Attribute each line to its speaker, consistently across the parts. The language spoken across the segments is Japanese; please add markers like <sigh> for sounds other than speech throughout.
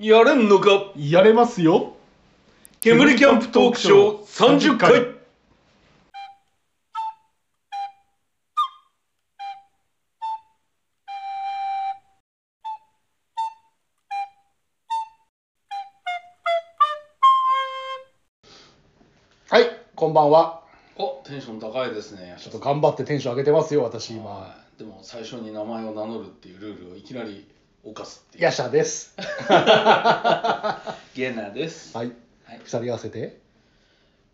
Speaker 1: やれんのか
Speaker 2: やれますよ
Speaker 1: 煙キャンプトークショー30回
Speaker 2: はいこんばんは
Speaker 1: おテンション高いですね
Speaker 2: ちょっと頑張ってテンション上げてますよ私今
Speaker 1: はいでも最初に名前を名乗るっていうルールをいきなり犯すっていう
Speaker 2: ヤシャです
Speaker 1: ゲナです
Speaker 2: はい
Speaker 1: はい
Speaker 2: 二人合わせて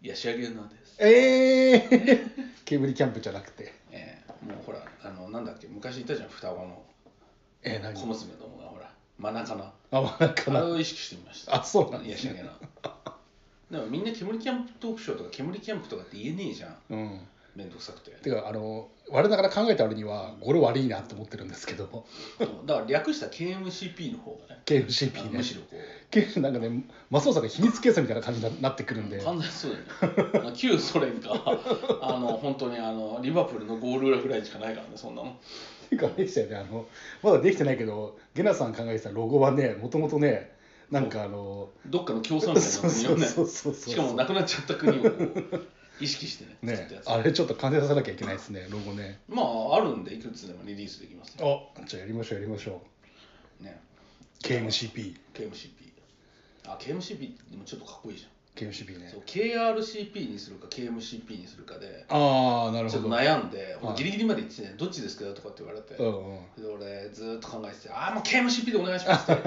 Speaker 1: ヤシアゲナです
Speaker 2: ええー、煙キャンプじゃなくて
Speaker 1: ええもうほらあのなんだっけ昔言ったじゃん双子の
Speaker 2: えー、何
Speaker 1: 小娘どもがほら真中な
Speaker 2: あなんか
Speaker 1: あれ
Speaker 2: な
Speaker 1: を意識してみました
Speaker 2: あそうなん
Speaker 1: い
Speaker 2: で
Speaker 1: や
Speaker 2: す
Speaker 1: しゃ
Speaker 2: ね
Speaker 1: げな。でもみんな煙キャンプトークショーとか煙キャンプとかって言えねえじゃん。
Speaker 2: うん
Speaker 1: めんどくさくて。
Speaker 2: てかあの我ながら考えた割には語呂悪いなと思ってるんですけど
Speaker 1: だから略した KMCP の方がね。あ
Speaker 2: KFCP ね
Speaker 1: むしろこう。
Speaker 2: けなんかね松尾さんが秘密警察みたいな感じにななってくるんで
Speaker 1: 完全にそうだよね。 <laughs> 旧ソ連
Speaker 2: <laughs>
Speaker 1: か、あの本当にあのリバプールのゴール裏ぐらいしかないからね、そんなの。
Speaker 2: ていうかあれでしたよねあのまだできてないけどゲナさん考えてたロゴはねもともとねなんかあの
Speaker 1: どっかの共産圏の国をね、
Speaker 2: そうそうそうそうそう
Speaker 1: しかも <laughs> なくなっちゃった国をこう意識してね、作っ
Speaker 2: ね
Speaker 1: たやつ。
Speaker 2: あれちょっと完成させなきゃいけないですねロゴね
Speaker 1: まあ、あるんで、いくつでもリリースできますね。
Speaker 2: あじゃあやりましょうやりましょ
Speaker 1: ね
Speaker 2: う KMCPKMCP
Speaker 1: KMCP。あ、KMCP でもちょっとかっこいいじゃん。
Speaker 2: ね
Speaker 1: そう KRCP にするか KMCP にするかで
Speaker 2: ああなる
Speaker 1: ち
Speaker 2: ほ
Speaker 1: ょっと
Speaker 2: ど
Speaker 1: 悩んで、
Speaker 2: はい
Speaker 1: ギリギリまで言ってねどっちですかとかって言われて、
Speaker 2: うんうん
Speaker 1: で俺ずーっと考えてて「ああもう KMCP でお願いします」って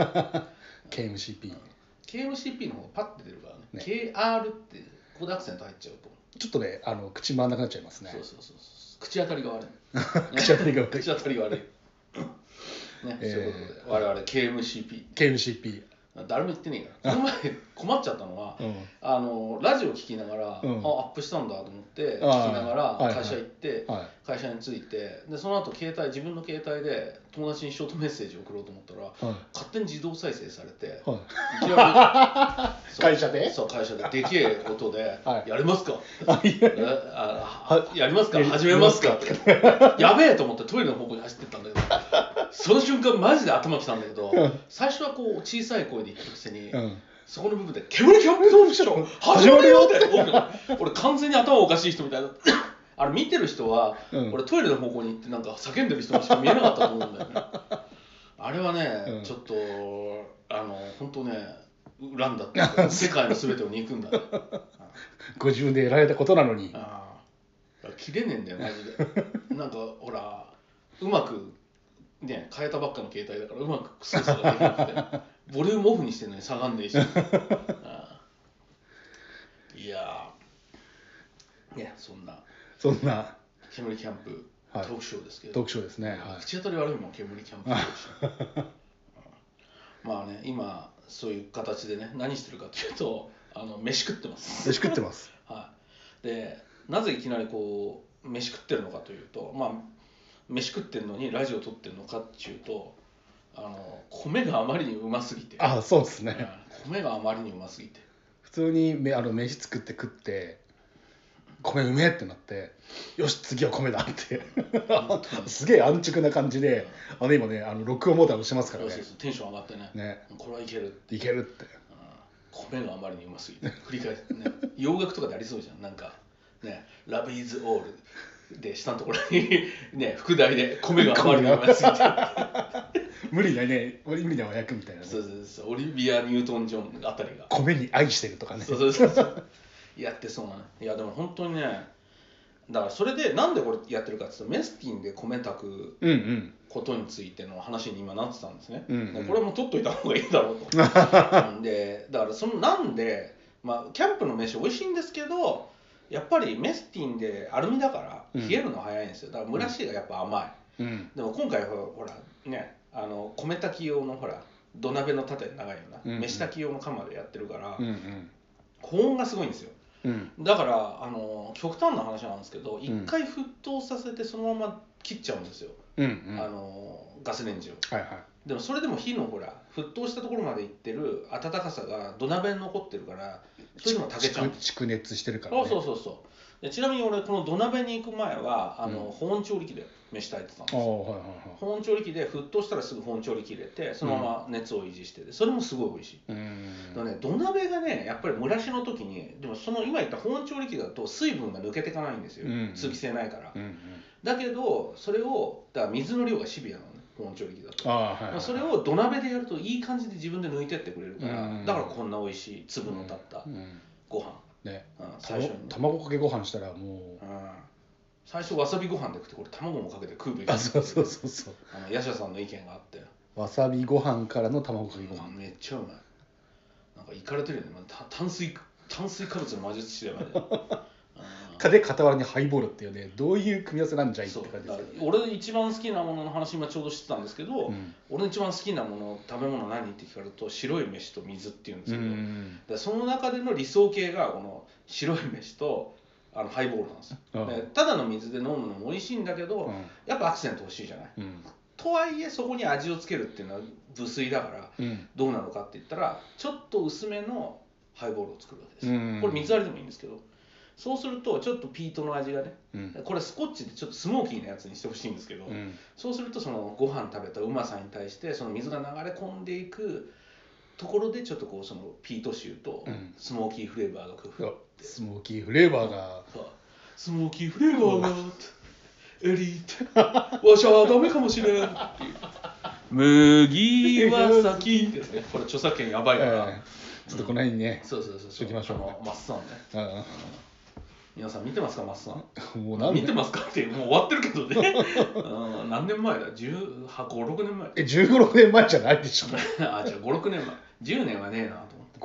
Speaker 2: KMCP
Speaker 1: KMCP の方がパッて出るからね
Speaker 2: ね
Speaker 1: KR ってここでアクセント入っちゃうと、
Speaker 2: ちょっとねあの口回んなくなっちゃいますね
Speaker 1: そうそうそうそう口当たりが悪い
Speaker 2: <laughs> 口当たりが悪い
Speaker 1: 口当たりが悪いね、
Speaker 2: <laughs> えー
Speaker 1: そういうことで我々 KMCP
Speaker 2: KMCP
Speaker 1: 誰も言ってねえからこの前困っちゃったのは、
Speaker 2: うん
Speaker 1: あのラジオ聞きながら、
Speaker 2: うん
Speaker 1: あアップしたんだと思って聞き
Speaker 2: あー
Speaker 1: なが
Speaker 2: はいは
Speaker 1: ら
Speaker 2: い
Speaker 1: 会社行って、
Speaker 2: は
Speaker 1: 会社に着いてでその後携帯自分の携帯で友達にショートメッセージを送ろうと思ったら、
Speaker 2: いは
Speaker 1: 勝手に自動再生されて、
Speaker 2: いはい
Speaker 1: い、きなりそう
Speaker 2: <laughs> 会社で
Speaker 1: そう会社ででけえ音で「
Speaker 2: はい
Speaker 1: やり
Speaker 2: <laughs>
Speaker 1: ますか?
Speaker 2: あいや
Speaker 1: え」ああやりますか
Speaker 2: やり
Speaker 1: 始めますか?」やべえと思ってトイレの方向に走ってったんだけどその瞬間マジで頭きたんだけど
Speaker 2: うん
Speaker 1: 最初はこう小さい声で言ったくせに、
Speaker 2: うん
Speaker 1: そこの部分で「煙キャンプトークショー始まるよ!」って僕が俺完全に頭おかしい人みたいなあれ見てる人は、
Speaker 2: うん
Speaker 1: 俺トイレの方向に行ってなんか叫んでる人にしか見えなかったと思うんだよねあれはね、
Speaker 2: うん
Speaker 1: ちょっとあの本当ね恨んだっていう <laughs> か世界の全てを憎んだね
Speaker 2: ご自分でやられたことなのに
Speaker 1: ああ切れねえんだよマジでなんかほらうまくね変えたばっかの携帯だからうまく操作ができなくてボリュームオフにしてるのに下がんねえしああいやーねそんな
Speaker 2: そんな
Speaker 1: 煙キャンプト
Speaker 2: はい
Speaker 1: ークショーですけど、
Speaker 2: トークショーですねは
Speaker 1: 口当たり悪いもん煙キャンプトークショーうんまあね今そういう形でね何してるかっていうとあの飯食ってます
Speaker 2: い飯食ってます
Speaker 1: はい、でなぜいきなりこう飯食ってるのかというとまあ飯食ってるのにラジオ撮ってるのかっていうとあの米があまりにうますぎて
Speaker 2: あそうです
Speaker 1: う
Speaker 2: ね
Speaker 1: ん米があまりにうますぎて
Speaker 2: 普通にめあの飯作って食って米うめえってなってよし次は米だって <laughs> すげえ安直な感じであの今ねあの録音ボタン押してますから
Speaker 1: そう
Speaker 2: ね
Speaker 1: そうテンション上がってね
Speaker 2: ね
Speaker 1: これはいけるって、
Speaker 2: いけるって
Speaker 1: うん米があまりにうますぎて繰り返すね洋楽とかでありそうじゃんなんかね「ラブイズオールで下のところにね副題で米があまりにうますぎて
Speaker 2: 無理ないね無理ない役みたいなね
Speaker 1: そうそうそうオリビア・ニュートン・ジョンあたりが
Speaker 2: 米に愛してるとかね
Speaker 1: そうそうそうそうやってそうなねいやでも本当にねだからそれでなんでこれやってるかっていうとメスティンで米炊く
Speaker 2: うんうん
Speaker 1: ことについての話に今なってたんですね、
Speaker 2: うんうん
Speaker 1: でこれも取っといた方がいいだろ
Speaker 2: <laughs>
Speaker 1: うとでだからそのなんで、まあ、キャンプの飯美味しいんですけどやっぱりメスティンでアルミだから
Speaker 2: うん
Speaker 1: 冷えるの早いんですよだから蒸らしがやっぱ甘い、
Speaker 2: うん
Speaker 1: でも今回はほらねあの米炊き用のほら土鍋の縦長いような、
Speaker 2: うんうん
Speaker 1: 飯炊き用の釜でやってるから、
Speaker 2: うんうん
Speaker 1: 保温がすごいんですよ
Speaker 2: うん
Speaker 1: だからあの極端な話なんですけど
Speaker 2: ん
Speaker 1: 一回沸騰させてそのまま切っちゃうんですよ、
Speaker 2: うんうん
Speaker 1: あ
Speaker 2: はい
Speaker 1: のガスレンジを
Speaker 2: は
Speaker 1: でもそれでも火のほら沸騰したところまでいってる温かさが土鍋に残ってるから
Speaker 2: い
Speaker 1: それでも炊けちゃうんです
Speaker 2: 蓄蓄熱してるから
Speaker 1: そう
Speaker 2: ね
Speaker 1: そうそうそうでちなみに俺この土鍋に行く前はあの、
Speaker 2: うん
Speaker 1: 保温調理器で飯炊いてたんです
Speaker 2: ああ
Speaker 1: よ
Speaker 2: はいはい
Speaker 1: 保温調理器で沸騰したらすぐ保温調理器入れてそのまま熱を維持しててそれもすごい美味しい、
Speaker 2: はい
Speaker 1: だからね土鍋がねやっぱり蒸らしの時にでもその今言った保温調理器だと水分が抜けていかないんですよ、
Speaker 2: うん
Speaker 1: 通気性ないから、
Speaker 2: うんうん
Speaker 1: だけどそれをだから水の量がシビアなのね保温調理器だと
Speaker 2: ああはいはい
Speaker 1: ま
Speaker 2: は
Speaker 1: あ
Speaker 2: い
Speaker 1: それを土鍋でやるといい感じで自分で抜いてってくれるから、
Speaker 2: うん
Speaker 1: だからこんな美味しい粒の立った
Speaker 2: うん
Speaker 1: ご飯、
Speaker 2: ね
Speaker 1: うん、
Speaker 2: た
Speaker 1: 最初にね、
Speaker 2: 卵かけご飯したらもう
Speaker 1: うん、最初わさびご飯で食ってこれ卵もかけて食うべき
Speaker 2: あそうそうそうそう
Speaker 1: あのヤシャさんの意見があって、
Speaker 2: わさびご飯からの卵かけご
Speaker 1: あ
Speaker 2: 飯
Speaker 1: めっちゃうまいなんかいかれてるよねた炭水炭水化物の魔術師だ
Speaker 2: <laughs>
Speaker 1: よねうん
Speaker 2: かで傍らにハイボールっていうねどういう組み合わせなんじゃいって
Speaker 1: そう
Speaker 2: 感じで
Speaker 1: だ
Speaker 2: す
Speaker 1: か
Speaker 2: け
Speaker 1: ら
Speaker 2: ど
Speaker 1: 俺一番好きなものの話今ちょうどしてたんですけど、
Speaker 2: うん
Speaker 1: 俺の一番好きなもの食べ物何って聞かれると白い飯と水って言うんで
Speaker 2: う
Speaker 1: すけど、
Speaker 2: ん
Speaker 1: でその中での理想形がこの白い飯とあのハイボールなんですよ
Speaker 2: うん
Speaker 1: でただの水で飲むのも美味しいんだけど、
Speaker 2: うん
Speaker 1: やっぱアクセント欲しいじゃない
Speaker 2: うん
Speaker 1: とはいえそこに味をつけるっていうのは無粋だから
Speaker 2: うん
Speaker 1: どうなのかって言ったらちょっと薄めのハイボールを作るわけです、
Speaker 2: うん
Speaker 1: これ水割りでもいいんですけどそうするとちょっとピートの味がね
Speaker 2: うん
Speaker 1: これスコッチでちょっとスモーキーなやつにしてほしいんですけど、
Speaker 2: うん
Speaker 1: そうするとそのご飯食べたうまさに対してその水が流れ込んでいくところでちょっとこうそのピート臭と
Speaker 2: うん
Speaker 1: スモーキーフレーバーがく
Speaker 2: う
Speaker 1: る、
Speaker 2: わスモーキーフレーバーが
Speaker 1: そうスモーキーフレーバーがエリー <laughs> トわしはダメかもしれんってい
Speaker 2: <laughs>
Speaker 1: う麦は先ってやつね <laughs> これ著作権やばいから、
Speaker 2: ええちょっとこの辺にね
Speaker 1: そうそうそう
Speaker 2: しときましょう
Speaker 1: あのマッサンね
Speaker 2: うん
Speaker 1: 皆さん見てますかマッサン
Speaker 2: もう何
Speaker 1: 見
Speaker 2: 年
Speaker 1: てますかってもう終わってるけど
Speaker 2: <laughs>
Speaker 1: ね、うん、何年前だ1 8 5 6年前
Speaker 2: え15、6年前じゃないでしょ。
Speaker 1: <laughs> あじゃあ56年前10年はねえなと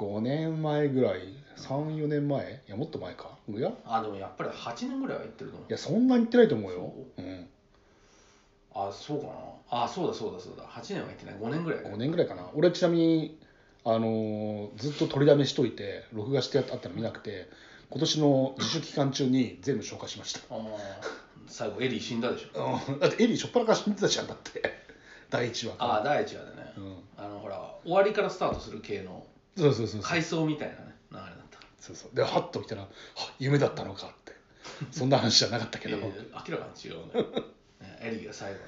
Speaker 1: 思って
Speaker 2: 5年前ぐらい、3、4年前いや、もっと前か。いや、い
Speaker 1: あでもやっぱり8年ぐらいは行ってると思う
Speaker 2: やそんなに言ってないと思うよ。うん、
Speaker 1: あそうかなあそうだそうだそうだ8年は行ってない5年ぐらい
Speaker 2: 5年ぐらいかな。俺、ちなみに、あのーずっと取りだめしといて、録画してあったの見なくて、今年の自主期間中に全部消化しました。
Speaker 1: あー最後エリー死んだでしょ
Speaker 2: うん、だって、エリー、しょっぱなから死んでたじゃん、だって。 <laughs> 第1話から。
Speaker 1: ああ第1話でね、
Speaker 2: うん、
Speaker 1: あのほら終わりからスタートする系の
Speaker 2: そうそうそうそう。
Speaker 1: 回想みたいなね流れだった
Speaker 2: そうそうで、はっと起きたら、は夢だったのかって。そんな話じゃなかったけ
Speaker 1: け
Speaker 2: ど
Speaker 1: ど、。明らかに違うね
Speaker 2: <laughs>
Speaker 1: ねエリーが最後ね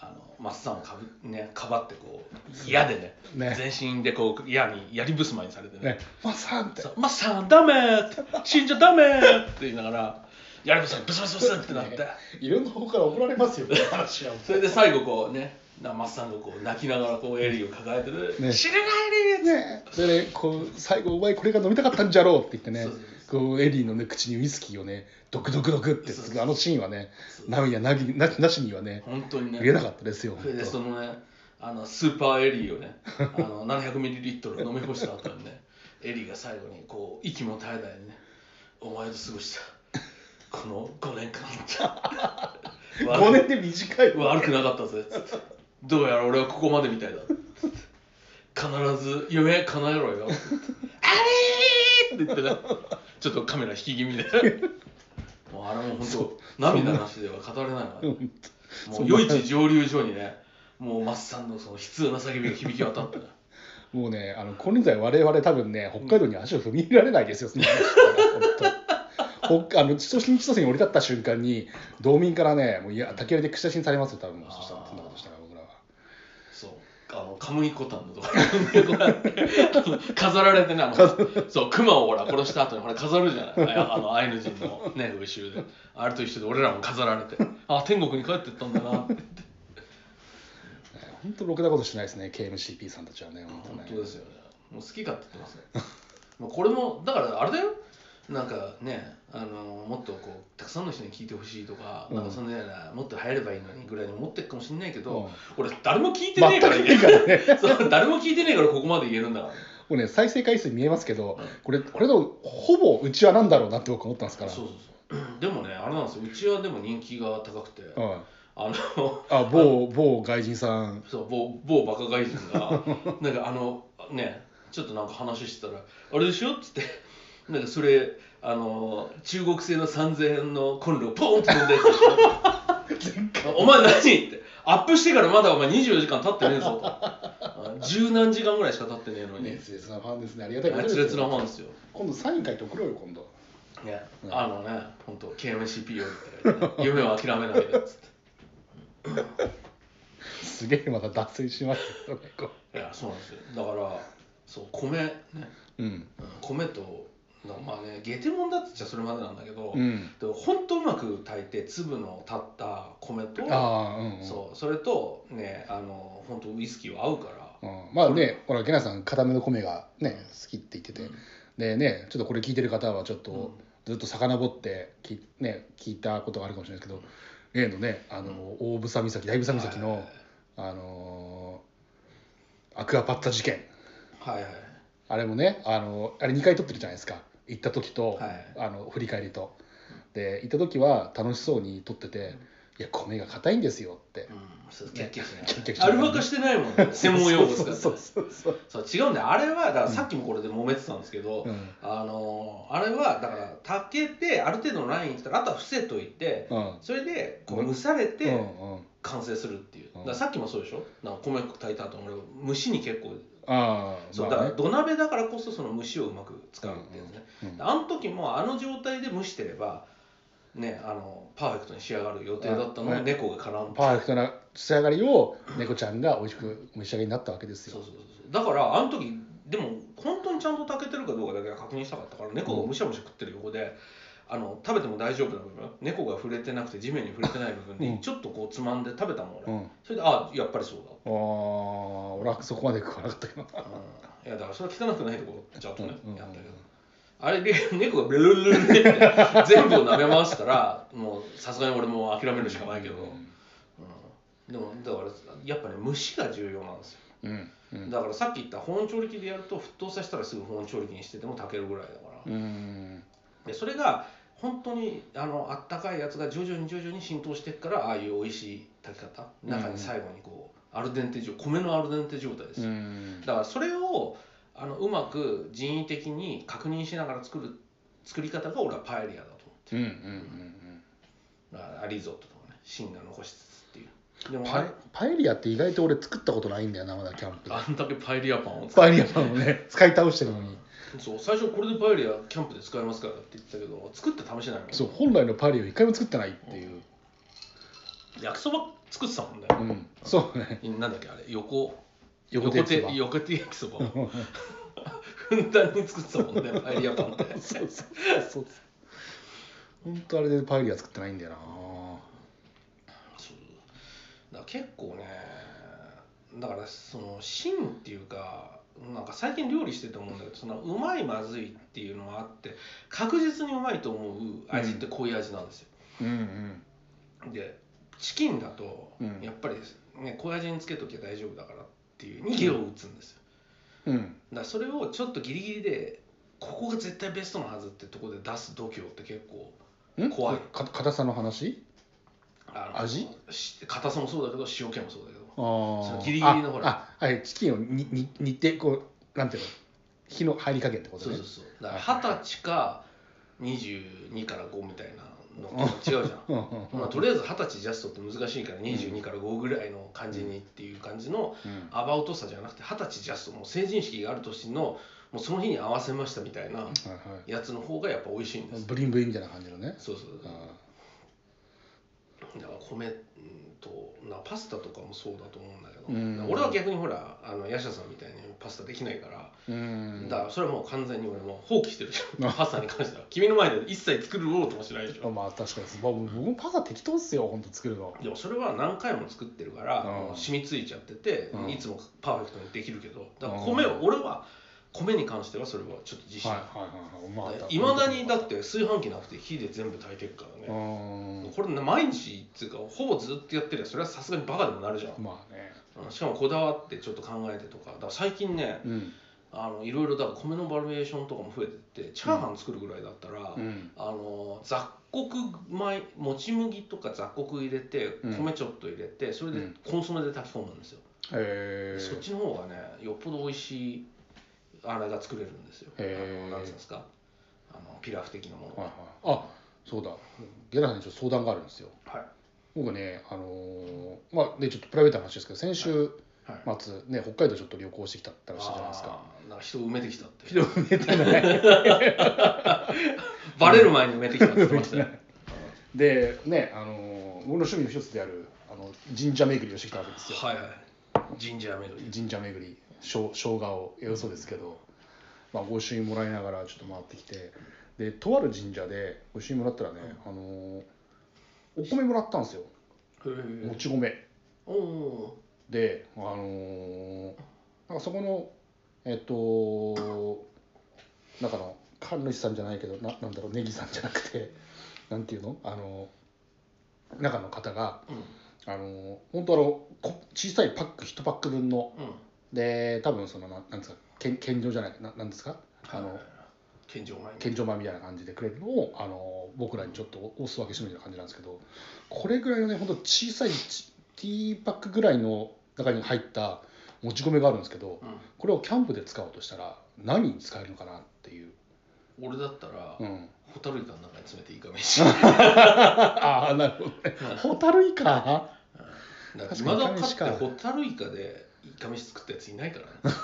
Speaker 1: あのマッサンをかぶ,、ね、かばってこう嫌でね
Speaker 2: ね
Speaker 1: 全身でこう嫌にやりぶすまにされてね
Speaker 2: ね、まあ、さんって
Speaker 1: そ。うマッサンダメーって死んじゃダメーって言いながらやりぶすまにブスブスブスってなって
Speaker 2: いろんな方から怒られますよ、この話は。
Speaker 1: それで最後こうねなマッサンがこう泣きながらこうエリーを抱えてる、
Speaker 2: ね
Speaker 1: 死ねないでーっ
Speaker 2: ね、それでこう最後、お前これが飲みたかったんじゃろうって言ってね
Speaker 1: そうそう、
Speaker 2: こうエリーの、ね、口にウイスキーをね、ドクドクドクって
Speaker 1: そう
Speaker 2: す
Speaker 1: そう
Speaker 2: るあのシーンはね
Speaker 1: そ、う
Speaker 2: 涙なぎななしにはね
Speaker 1: て、本当にね
Speaker 2: 入れなかったですよ、
Speaker 1: それで
Speaker 2: 本当
Speaker 1: そのねあのスーパーエリーを
Speaker 2: <laughs>
Speaker 1: ねあの700ミリリットル飲み干した後にねエリーが最後にこう息も絶えないでね「お前と過ごしたこの5年
Speaker 2: <laughs>
Speaker 1: 間」
Speaker 2: 5年で短いわ。
Speaker 1: 悪くなかったぜ」つって「どうやら俺はここまでみたいだ」必ず夢叶えろよ」あれー!」って言ってねちょっとカメラ引き気
Speaker 2: <laughs>
Speaker 1: 味でもうあれもう本当涙なしでは語れないわ、
Speaker 2: うん
Speaker 1: もう余市蒸留所にね、もうマッサンのその悲痛な叫びが響き渡 <laughs> ったね。
Speaker 2: もうね、あの今在我々多分ね、北海道に足を踏み入れられないですよ、その話したら本当北あ <laughs> の千歳に千歳に降り立った瞬間に、道民からね、もういや、竹槍で串刺しにされますよ、多分そしたら、そんなことしたら、僕らは。
Speaker 1: そう。あのカムイコタンのところにこうやってあの飾られてねあのそう熊をほら殺した後にほら飾るじゃないああのアイヌ人のね風習であれと一緒で俺らも飾られてあ天国に帰ってったんだなって
Speaker 2: 本当ろくなことしないですね KMCP さんたちはね本当
Speaker 1: 本
Speaker 2: ね
Speaker 1: 当ですよねもう好き勝手言ってますね <laughs> もうこれもだからあれだよなんかねあのもっとこうたくさんの人に聞いてほしいとか、
Speaker 2: うん
Speaker 1: なんかそんなようなもっと流行ればいいのにぐらいに思ってるかもしれないけ
Speaker 2: うん
Speaker 1: ど、俺誰も聞いてねえ
Speaker 2: 全
Speaker 1: か
Speaker 2: く
Speaker 1: ら
Speaker 2: いいからね
Speaker 1: <laughs> そう誰も聞いてねえからここまで言えるんだから
Speaker 2: もうね再生回数見えますけどこれこれのほぼうちはなんだろうなって僕思ったんですから
Speaker 1: そうそうそうでもねあれなんですようちはでも人気が高くて、
Speaker 2: うん、
Speaker 1: あの
Speaker 2: あ某某外人さん
Speaker 1: そう某某バカ外人
Speaker 2: <laughs>
Speaker 1: がなんかあのねちょっとなんか話してたら「あれでしょ?」っつってなんかそれあの中国製の3000円のコンロポーンって飛んだやつでし
Speaker 2: <laughs>
Speaker 1: ょお前何?」って「アップしてからまだお前24時間経ってねえ
Speaker 2: <laughs>
Speaker 1: ぞ」とあ十何時間ぐらいしか経ってねえのに
Speaker 2: 熱烈なファンですねありがたいこと
Speaker 1: 熱
Speaker 2: ですよ
Speaker 1: 烈なファンですよ
Speaker 2: 今度サイン書いて送ろうよ今度
Speaker 1: ね、
Speaker 2: うん
Speaker 1: あのね、本当 KMCP を言って、夢を諦めないでっつっ
Speaker 2: すげえまた脱線しましたねこ
Speaker 1: て。いや、そうなんですよ。だから、そう、米、ね、
Speaker 2: ううん
Speaker 1: うん米と、まあね、ゲテモンだって言っちゃそれまでなんだけど、
Speaker 2: うん
Speaker 1: でも本当うまく炊いて粒の立った米と、
Speaker 2: ああうんうん
Speaker 1: そうそれとねあの本当ウイスキーは合うから、
Speaker 2: うんまあねほらゲナさん固めの米がね好きって言ってて、でねちょっとこれ聞いてる方はちょっと、
Speaker 1: うん
Speaker 2: ずっと遡ってきね聞いたことがあるかもしれないですけど例のねあの大房岬大房岬の、あのーアクアパッツァ事件
Speaker 1: はいはい
Speaker 2: あれもねあのあれ2回撮ってるじゃないですか行った時と、
Speaker 1: はい
Speaker 2: あの振り返りとで行った時は楽しそうに撮ってて「いや米が硬いんですよ」って
Speaker 1: うんそうキャッキャし
Speaker 2: キャッキャし
Speaker 1: な
Speaker 2: ない
Speaker 1: いアルバ化してないも
Speaker 2: <laughs>
Speaker 1: んね専門用語ですから、ね、
Speaker 2: そうそうそう
Speaker 1: そう違うんだよあれはだからさっきもこれで揉めてたんですけど、
Speaker 2: そう、うん
Speaker 1: あのあれはだから炊けてある程度のラインに来たらあとは伏せといて
Speaker 2: うん
Speaker 1: それでこう蒸され
Speaker 2: う
Speaker 1: て
Speaker 2: んうん、
Speaker 1: 完成するっていう、
Speaker 2: うん
Speaker 1: だからさっきもそうでしょなんか米炊いた後俺蒸しに結構
Speaker 2: ああ
Speaker 1: そうだ
Speaker 2: ま
Speaker 1: か
Speaker 2: あ
Speaker 1: ら
Speaker 2: ね
Speaker 1: 土鍋だからこそその蒸しをうまく使うっていうね、
Speaker 2: うん
Speaker 1: あの時もあの状態で蒸してればねあのパーフェクトに仕上がる予定だったの
Speaker 2: あ
Speaker 1: に猫が絡む
Speaker 2: パーフェクトな仕上がりを猫ちゃんが美味しく召し上がりになったわけです
Speaker 1: そう
Speaker 2: よ。
Speaker 1: そうそうそうだからあの時でも本当にちゃんと炊けてるかどうかだけは確認したかったから猫がむしゃむしゃ食ってる横で、あの食べても大丈夫な部分猫が触れてなくて地面に触れてない部分
Speaker 2: うん
Speaker 1: にちょっとこうつまんで食べたもん
Speaker 2: う
Speaker 1: 俺、
Speaker 2: ん、あ
Speaker 1: それであやっぱりそう
Speaker 2: あ俺はそこまで食わなかったけど。
Speaker 1: だ、うん、いやだからそれは汚くないとこちゃんとね、
Speaker 2: うんうんうん
Speaker 1: やったけどあれで猫がブルルルルって全部を舐め回したらもうさすがに俺も諦めるしかないけど、うん、でもだからやっぱね虫が重要なんですよ
Speaker 2: うんうん
Speaker 1: だからさっき言った保温調理器でやると沸騰させたらすぐ保温調理器にしてても炊けるぐらいだから、
Speaker 2: うん
Speaker 1: でそれが本当にあのあったかいやつが徐々に徐々に浸透していくからああいう美味しい炊き方中に最後にこう、アルデンテ状米のアルデンテ状態です
Speaker 2: う
Speaker 1: よ、
Speaker 2: ん
Speaker 1: だからそれをあのうまく人為的に確認しながら作る作り方が俺はパエリアだと思って
Speaker 2: うんう
Speaker 1: る、
Speaker 2: んうん
Speaker 1: だからリゾットとかね芯が残しつつっていうで
Speaker 2: うん
Speaker 1: も
Speaker 2: パ
Speaker 1: あ
Speaker 2: エパエリアって意外と俺作ったことないんだよなまだキャンプで
Speaker 1: あんだけパエリアパンを使
Speaker 2: パエリアパンをね使い倒してるのに
Speaker 1: そう最初これでパエリアキャンプで使えますからって言ってたけど作って試してないもん
Speaker 2: そう本来のパエリアを一回も作ってないっていう、
Speaker 1: 焼きそば作ってたもんね、
Speaker 2: うん、そうね
Speaker 1: なんだっけあれ横
Speaker 2: 横手焼きそば
Speaker 1: 横手焼きそばを
Speaker 2: <laughs>
Speaker 1: ふんだんに作ってたもんねパエリアパンで
Speaker 2: <laughs> そうそうそう本当あれでパエリア作ってないんだよな
Speaker 1: そうだから結構ねだからその芯っていうかなんか最近料理してて思うんだけどそのうまいまずいっていうのはあって確実にうまいと思う味ってこういう味なんですよ、
Speaker 2: うんうん
Speaker 1: でチキンだと
Speaker 2: うん
Speaker 1: やっぱり、ね小味につけときゃ大丈夫だからっていう逃げを打つんですよ
Speaker 2: うん
Speaker 1: だからそれをちょっとギリギリでここが絶対ベストのはずってところで出す度胸って結構
Speaker 2: ん
Speaker 1: 怖い
Speaker 2: か硬さの話
Speaker 1: あ
Speaker 2: 味
Speaker 1: し硬さもそうだけど塩気もそうだけど
Speaker 2: あ
Speaker 1: そ
Speaker 2: ー
Speaker 1: うギリギリのほら
Speaker 2: ああはいチキンをにに煮てこうなんていうの火の入り加減ってこと
Speaker 1: そう
Speaker 2: ね
Speaker 1: そうそうだから二十歳か22から5みたいなのと違うじゃ
Speaker 2: <laughs>
Speaker 1: ん
Speaker 2: うんうんうん
Speaker 1: まあ、とりあえず二十歳ジャストって難しいから22から5ぐらいの感じにっていう感じの
Speaker 2: うん
Speaker 1: アバウトさじゃなくて二十歳ジャストもう成人式がある年のもうその日に合わせましたみたいな
Speaker 2: はいは
Speaker 1: やつの方がやっぱ美味しいんで
Speaker 2: い
Speaker 1: す
Speaker 2: ブリンブリンみたいな感じのね
Speaker 1: そうそう
Speaker 2: あ
Speaker 1: だから米うんとなパスタとかもそうだと思うんだけど、
Speaker 2: うん
Speaker 1: 俺は逆にほらあのヤシャさんみたいにパスタできないから、
Speaker 2: ーうん
Speaker 1: だからそれはもう完全に俺もう放棄してるじゃ
Speaker 2: あ
Speaker 1: んパスタに関しては君の前で一切作ろうともしないでしょ
Speaker 2: まあ確かにです、まあ、僕もパスタ適当っすよ本当作るの
Speaker 1: でもそれは何回も作ってるから、
Speaker 2: うん
Speaker 1: もう染みついちゃってて、
Speaker 2: うん
Speaker 1: いつもパーフェクトにできるけどだから
Speaker 2: うん
Speaker 1: 米を、俺は米に関してはそれはちょっと自信ない
Speaker 2: はいはい
Speaker 1: だ
Speaker 2: はい
Speaker 1: いまだにだって炊飯器なくて火で全部炊いてるから
Speaker 2: う
Speaker 1: ね、
Speaker 2: ん
Speaker 1: これ毎日っていうかほぼずっとやってりゃそれはさすがにバカでもなるじゃん
Speaker 2: まあね
Speaker 1: うんしかもこだわってちょっと考えてとかだから最近ね
Speaker 2: うん
Speaker 1: あのいろいろだから米のバリエーションとかも増えてってチャーハン作るぐらいだったら、
Speaker 2: うん
Speaker 1: あの雑穀米もち麦とか雑穀入れて
Speaker 2: うん
Speaker 1: 米ちょっと入れてそれ
Speaker 2: う
Speaker 1: で
Speaker 2: ん
Speaker 1: コンソメで炊き込むんですよ、
Speaker 2: へ
Speaker 1: そっ
Speaker 2: え
Speaker 1: ちの方がねよっぽど美味しいあれが作れるんですよ、
Speaker 2: へー
Speaker 1: あのなんつうんですかあのピラフ的なもの
Speaker 2: はいはいあそうだゲラさんにちょっと相談があるんですよ
Speaker 1: はい
Speaker 2: 僕ね、あのーまあね、ちょっとプライベートな話ですけど、先週、
Speaker 1: はいはい
Speaker 2: 末、ね、北海道ちょっと旅行してきたったらしいじゃないですか。
Speaker 1: あーなんか人を埋めてきたって
Speaker 2: 広めてない。
Speaker 1: バレる前に埋めてきたって言ってましたよ
Speaker 2: で、ね、あの、僕の趣味の一つである、あの、神社巡りをしてきたわけですよ。
Speaker 1: はいはい神社巡り
Speaker 2: 神社巡りしょう生姜をえ嘘ですけど、まあ、御朱印もらいながらちょっと回ってきてでとある神社で御朱印もらったらね、あのーお米もらったんですよもち米
Speaker 1: おお
Speaker 2: であのーなんかそこのえっとなんかの神主さんじゃないけどななんだろうネギさんじゃなくて <laughs> なんていうのあの中の方が
Speaker 1: ーうん
Speaker 2: あの本当あのこ小さいパック1パック分の
Speaker 1: うん
Speaker 2: で多分そのななんですかけん献上じゃないななんですかあの
Speaker 1: 献上前に
Speaker 2: 献上版みたいな感じでくれるのをあの僕らにちょっとおお裾分けしてるみたいな感じなんですけどこれぐらいのねほんと小さいちティーパックぐらいの中に入ったもち米があるんですけど
Speaker 1: う
Speaker 2: これをキャンプで使おうとしたら何に使えるのかなっていう、
Speaker 1: ん俺だったら
Speaker 2: うん、
Speaker 1: ホタルイカの中に詰めていいかめし
Speaker 2: <laughs> ああなるほどねホタルイカ
Speaker 1: いまだかつてホタルイカでイカ飯作ったやついない
Speaker 2: <laughs>
Speaker 1: からね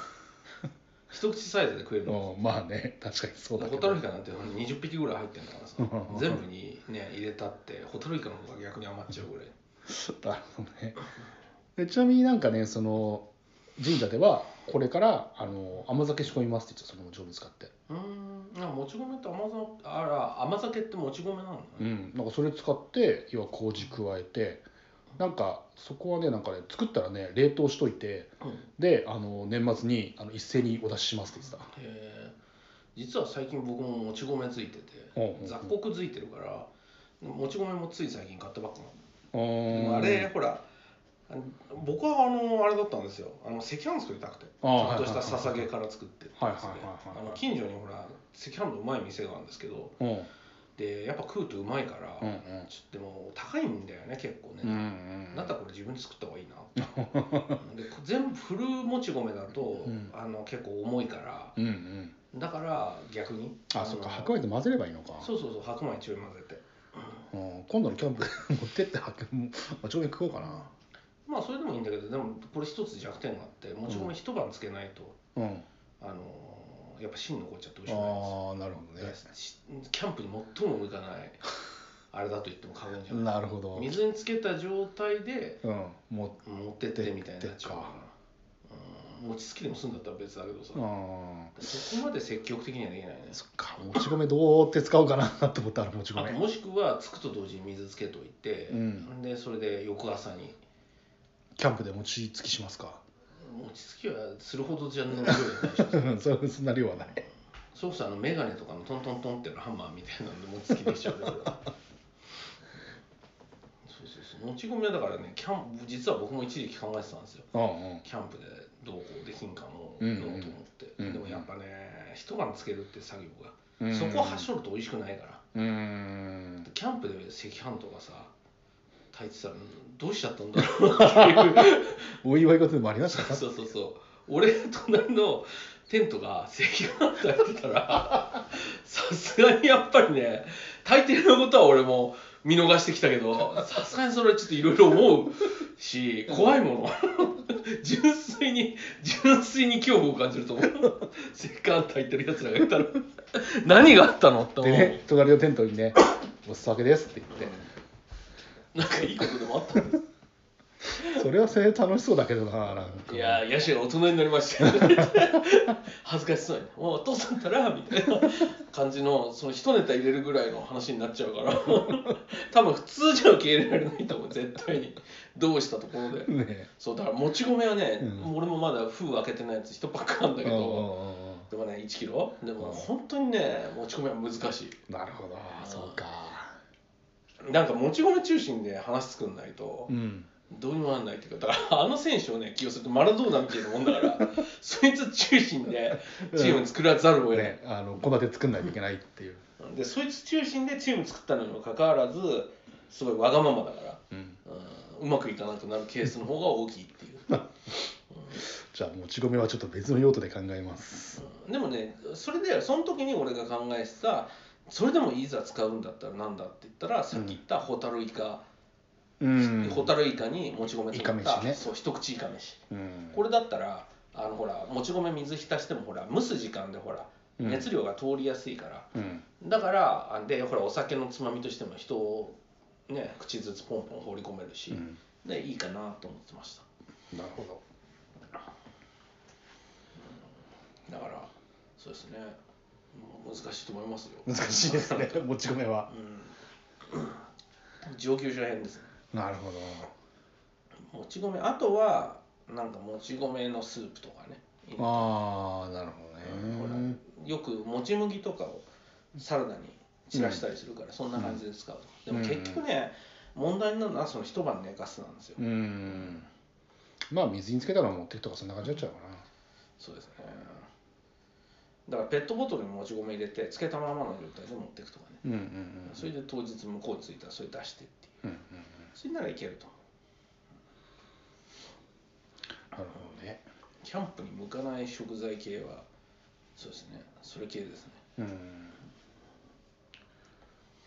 Speaker 1: 一口サイズで食えるの
Speaker 2: うんまあね確かにそうだ
Speaker 1: ホ
Speaker 2: け
Speaker 1: タル
Speaker 2: ど
Speaker 1: イカなんて20匹ぐらい入ってんだからさ全部にね入れたってホタルイカの方が逆に余っちゃうぐらい
Speaker 2: なるほどねでちなみになんかねその神社ではこれからあの甘酒仕込みますって言ってたその上手使って、
Speaker 1: うーんあもち米って甘酒あら甘酒ってもち米なのね
Speaker 2: ん、なんかそれ使って要は麹加えてなんかそこはねなんかね作ったらね冷凍しといて
Speaker 1: うん
Speaker 2: であの年末にあの一斉にお出ししますって言って
Speaker 1: えー実は最近僕ももち米ついてて
Speaker 2: たうんうんうん
Speaker 1: 雑穀ついてるからもち米もつい最近買ったばっかなの
Speaker 2: うーん
Speaker 1: あれほらあの僕はあのあれだったんですよあの赤飯作りたくてち
Speaker 2: あー
Speaker 1: ょっとしたささげから作ってってやつで
Speaker 2: はいはいはいはい
Speaker 1: あの近所にほら赤飯のうまい店があるんですけど
Speaker 2: うんうん
Speaker 1: でやっぱ食うとうまいから、
Speaker 2: うん
Speaker 1: ちょっとでも高いんだよね結構ね、
Speaker 2: うん
Speaker 1: だったらこれ自分で作った方がいいなで全部フルもち米だと、
Speaker 2: うん
Speaker 1: あの結構重いから
Speaker 2: うんうん
Speaker 1: だから逆に
Speaker 2: あそっか
Speaker 1: の
Speaker 2: 白米と混ぜればいいのか
Speaker 1: そうそうそう白米ちょい混ぜて、
Speaker 2: うん今度のキャンプ <laughs> 持ってって白米あちょうど食おうかな
Speaker 1: まあそれでもいいんだけどでもこれ一つ弱点があってもち米一晩つけないと、
Speaker 2: うん
Speaker 1: あのーやっぱ芯残っちゃって美味しくないです
Speaker 2: ああなるほどね
Speaker 1: しキャンプに最も向かないあれだと言っても過言じゃない
Speaker 2: なるほど。
Speaker 1: 水につけた状態で
Speaker 2: うん、も
Speaker 1: 持ってってみたいになっちゃう
Speaker 2: 持っ
Speaker 1: からうん餅つきでも済んだったら別だけどさ
Speaker 2: う、うん、
Speaker 1: そこまで積極的にはできないね
Speaker 2: そっか、もち米どうって使おうかなと思ったらもち
Speaker 1: あと
Speaker 2: 米。
Speaker 1: もしくはつくと同時に水つけといて、
Speaker 2: うん
Speaker 1: でそれで翌朝に
Speaker 2: キャンプで餅つきしますか。
Speaker 1: 餅つきはするほどじゃないでしょ
Speaker 2: うん、 <laughs> そそんな量はない。
Speaker 1: そうするとあの眼鏡とかのトントントンってのハンマーみたいなので持ちつきで
Speaker 2: <laughs>
Speaker 1: きちゃうからそうそうそう持ち込みはだからねキャンプ実は僕も一時期考えてたんですよ
Speaker 2: うんうん。
Speaker 1: キャンプでどうこうできんかも
Speaker 2: うんうん
Speaker 1: やろうと思って、
Speaker 2: うんうん
Speaker 1: でもやっぱね一晩つけるって作業が、
Speaker 2: うん
Speaker 1: そこははしょると美味しくないから
Speaker 2: うーん。
Speaker 1: キャンプで赤飯とかさ炊いてたらどうしちゃったんだろうなっていう
Speaker 2: お祝い事でもありましたか。
Speaker 1: <laughs> そうそうそう俺隣のテントが赤飯炊いてたら <laughs> さすがにやっぱりね大抵のことは俺も見逃してきたけどさすがにそれはちょっといろいろ思うし怖いもの <laughs> 純粋に純粋に恐怖を感じると思う赤飯炊いてるやつらがいたら何があったのって思
Speaker 2: で
Speaker 1: う、
Speaker 2: ね、隣のテントにね、お裾分けですって言っ
Speaker 1: なんかいいことでもあったの
Speaker 2: て、それはそれで楽しそうだけどな、なんか。
Speaker 1: いやー、ヤシが大人になりま
Speaker 2: <laughs>
Speaker 1: したよ恥ずかしそうに、もうお父さんったらみたいな感じの、その一ネタ入れるぐらいの話になっちゃうから、
Speaker 2: <laughs>
Speaker 1: 多分普通じゃ受け入れられないと思う、絶対に。どうしたところで。
Speaker 2: ね。
Speaker 1: そう、だから、もち米はね、
Speaker 2: うん
Speaker 1: 俺もまだ封開けてないやつ、一パックあんだけ
Speaker 2: うんう
Speaker 1: ど、
Speaker 2: んうん
Speaker 1: でもね、1キロでも
Speaker 2: うん
Speaker 1: 本当にね、もち米は難しい。
Speaker 2: なるほど、そうか。
Speaker 1: なんか、もち米中心で話作んないと
Speaker 2: う、ん。
Speaker 1: どうにもなんないっていうかだからあの選手をね起用するとマラドーナみたいなもんだから <laughs> そいつ中心でチーム作らざるを得ない、
Speaker 2: ね、あの献立作んないといけないっていう。
Speaker 1: でそいつ中心でチーム作ったのにもかかわらずすごいわがままだから、
Speaker 2: うん。
Speaker 1: うん、うまくいかなくなるケースの方が大きいっていう、
Speaker 2: じゃあもち米はちょっと別の用途で考えます。
Speaker 1: うんでもねそれでその時に俺が考えてたそれでもいざ使うんだったらなんだって言ったらさっき言ったホタルイカ
Speaker 2: うん
Speaker 1: ホタルイカにもち米使っ
Speaker 2: イカ
Speaker 1: た、
Speaker 2: 飯ね
Speaker 1: そう一口イカ飯
Speaker 2: うん
Speaker 1: これだったらあのほらもち米水浸してもほら蒸す時間でほら
Speaker 2: うん
Speaker 1: 熱量が通りやすいから、
Speaker 2: うん
Speaker 1: だからあでほらお酒のつまみとしても人をね口ずつポンポン放り込めるし、
Speaker 2: うん
Speaker 1: でいいかなと思ってました
Speaker 2: なるほど
Speaker 1: だからそうですねもう難しいと思いますよ
Speaker 2: 難しいですねもち米は
Speaker 1: うん上級者編ですね
Speaker 2: なるほど
Speaker 1: もち米あとはなんかもち米のスープとかね
Speaker 2: ああなるほ
Speaker 1: ほ
Speaker 2: ど
Speaker 1: ら
Speaker 2: ね
Speaker 1: よくもち麦とかをサラダに散らしたりするから、そんな感じで使う、
Speaker 2: うん
Speaker 1: でも結局ね問題になるのはその一晩寝かすなんですよ、
Speaker 2: うんまあ水につけたら持ってくとかそんな感じになっちゃうかな
Speaker 1: そうですねだからペットボトルにもち米入れて漬けたままの状態で持っていくとかね、
Speaker 2: うんうんうん
Speaker 1: それで当日向こうに着いたらそれ出してっていう
Speaker 2: うんうん
Speaker 1: それならいけると思う
Speaker 2: なるほどね
Speaker 1: キャンプに向かない食材系はそうですねそれ系ですね
Speaker 2: うん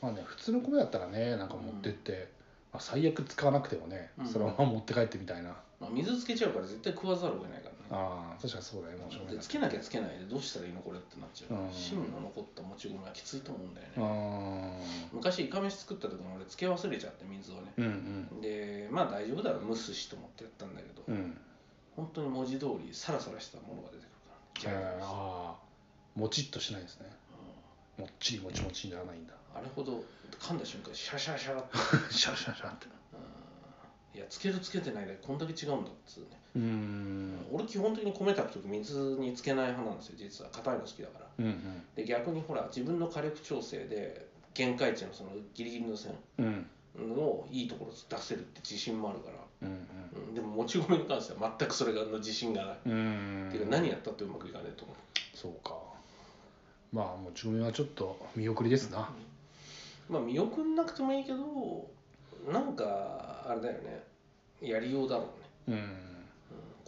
Speaker 2: まあね普通の米だったらねなんか持ってって、まあ、最悪使わなくてもね、
Speaker 1: うん
Speaker 2: そのまま持って帰ってみたいな
Speaker 1: まあ、水つけちゃうから絶対食わざるを得ないからね
Speaker 2: ああ確かにそうだよもうしょうが
Speaker 1: で
Speaker 2: ない
Speaker 1: つけなきゃつけないでどうしたらいいのこれってなっちゃうから
Speaker 2: うん
Speaker 1: 芯の残ったもち米はきついと思うんだよ
Speaker 2: あ
Speaker 1: ね
Speaker 2: ー
Speaker 1: 昔イカ飯作った時に俺つけ忘れちゃって水をね
Speaker 2: うんうん
Speaker 1: でまあ大丈夫だろう蒸すしと思ってやったんだけど、
Speaker 2: うん
Speaker 1: 本当に文字通りサラサラしたものが出てくるからね、
Speaker 2: えーああもちっとしないですねもっちりもちもちにならないんだ
Speaker 1: うんあれほど噛んだ瞬間シャラシャラシャラって、
Speaker 2: シャラシャラシャラって
Speaker 1: うんいやつけるつけてないでこんだけ違うんだっつうね、
Speaker 2: うーん
Speaker 1: 俺基本的に米炊く時水につけない派なんですよ実は硬いの好きだから
Speaker 2: うんうん
Speaker 1: で逆にほら自分の火力調整で限界値のそのギリギリの線
Speaker 2: うん
Speaker 1: のいいところ出せるって自信もあるから、
Speaker 2: うん
Speaker 1: うん、でももち米に関しては全くそれがの自信がない、
Speaker 2: うんうん
Speaker 1: っていうか何やったってうまくいかねえと思う
Speaker 2: そうかまあもち米はちょっと見送りですな
Speaker 1: まあ見送んなくてもいいけどなんかあれだよねやりようだろうね、
Speaker 2: うん
Speaker 1: う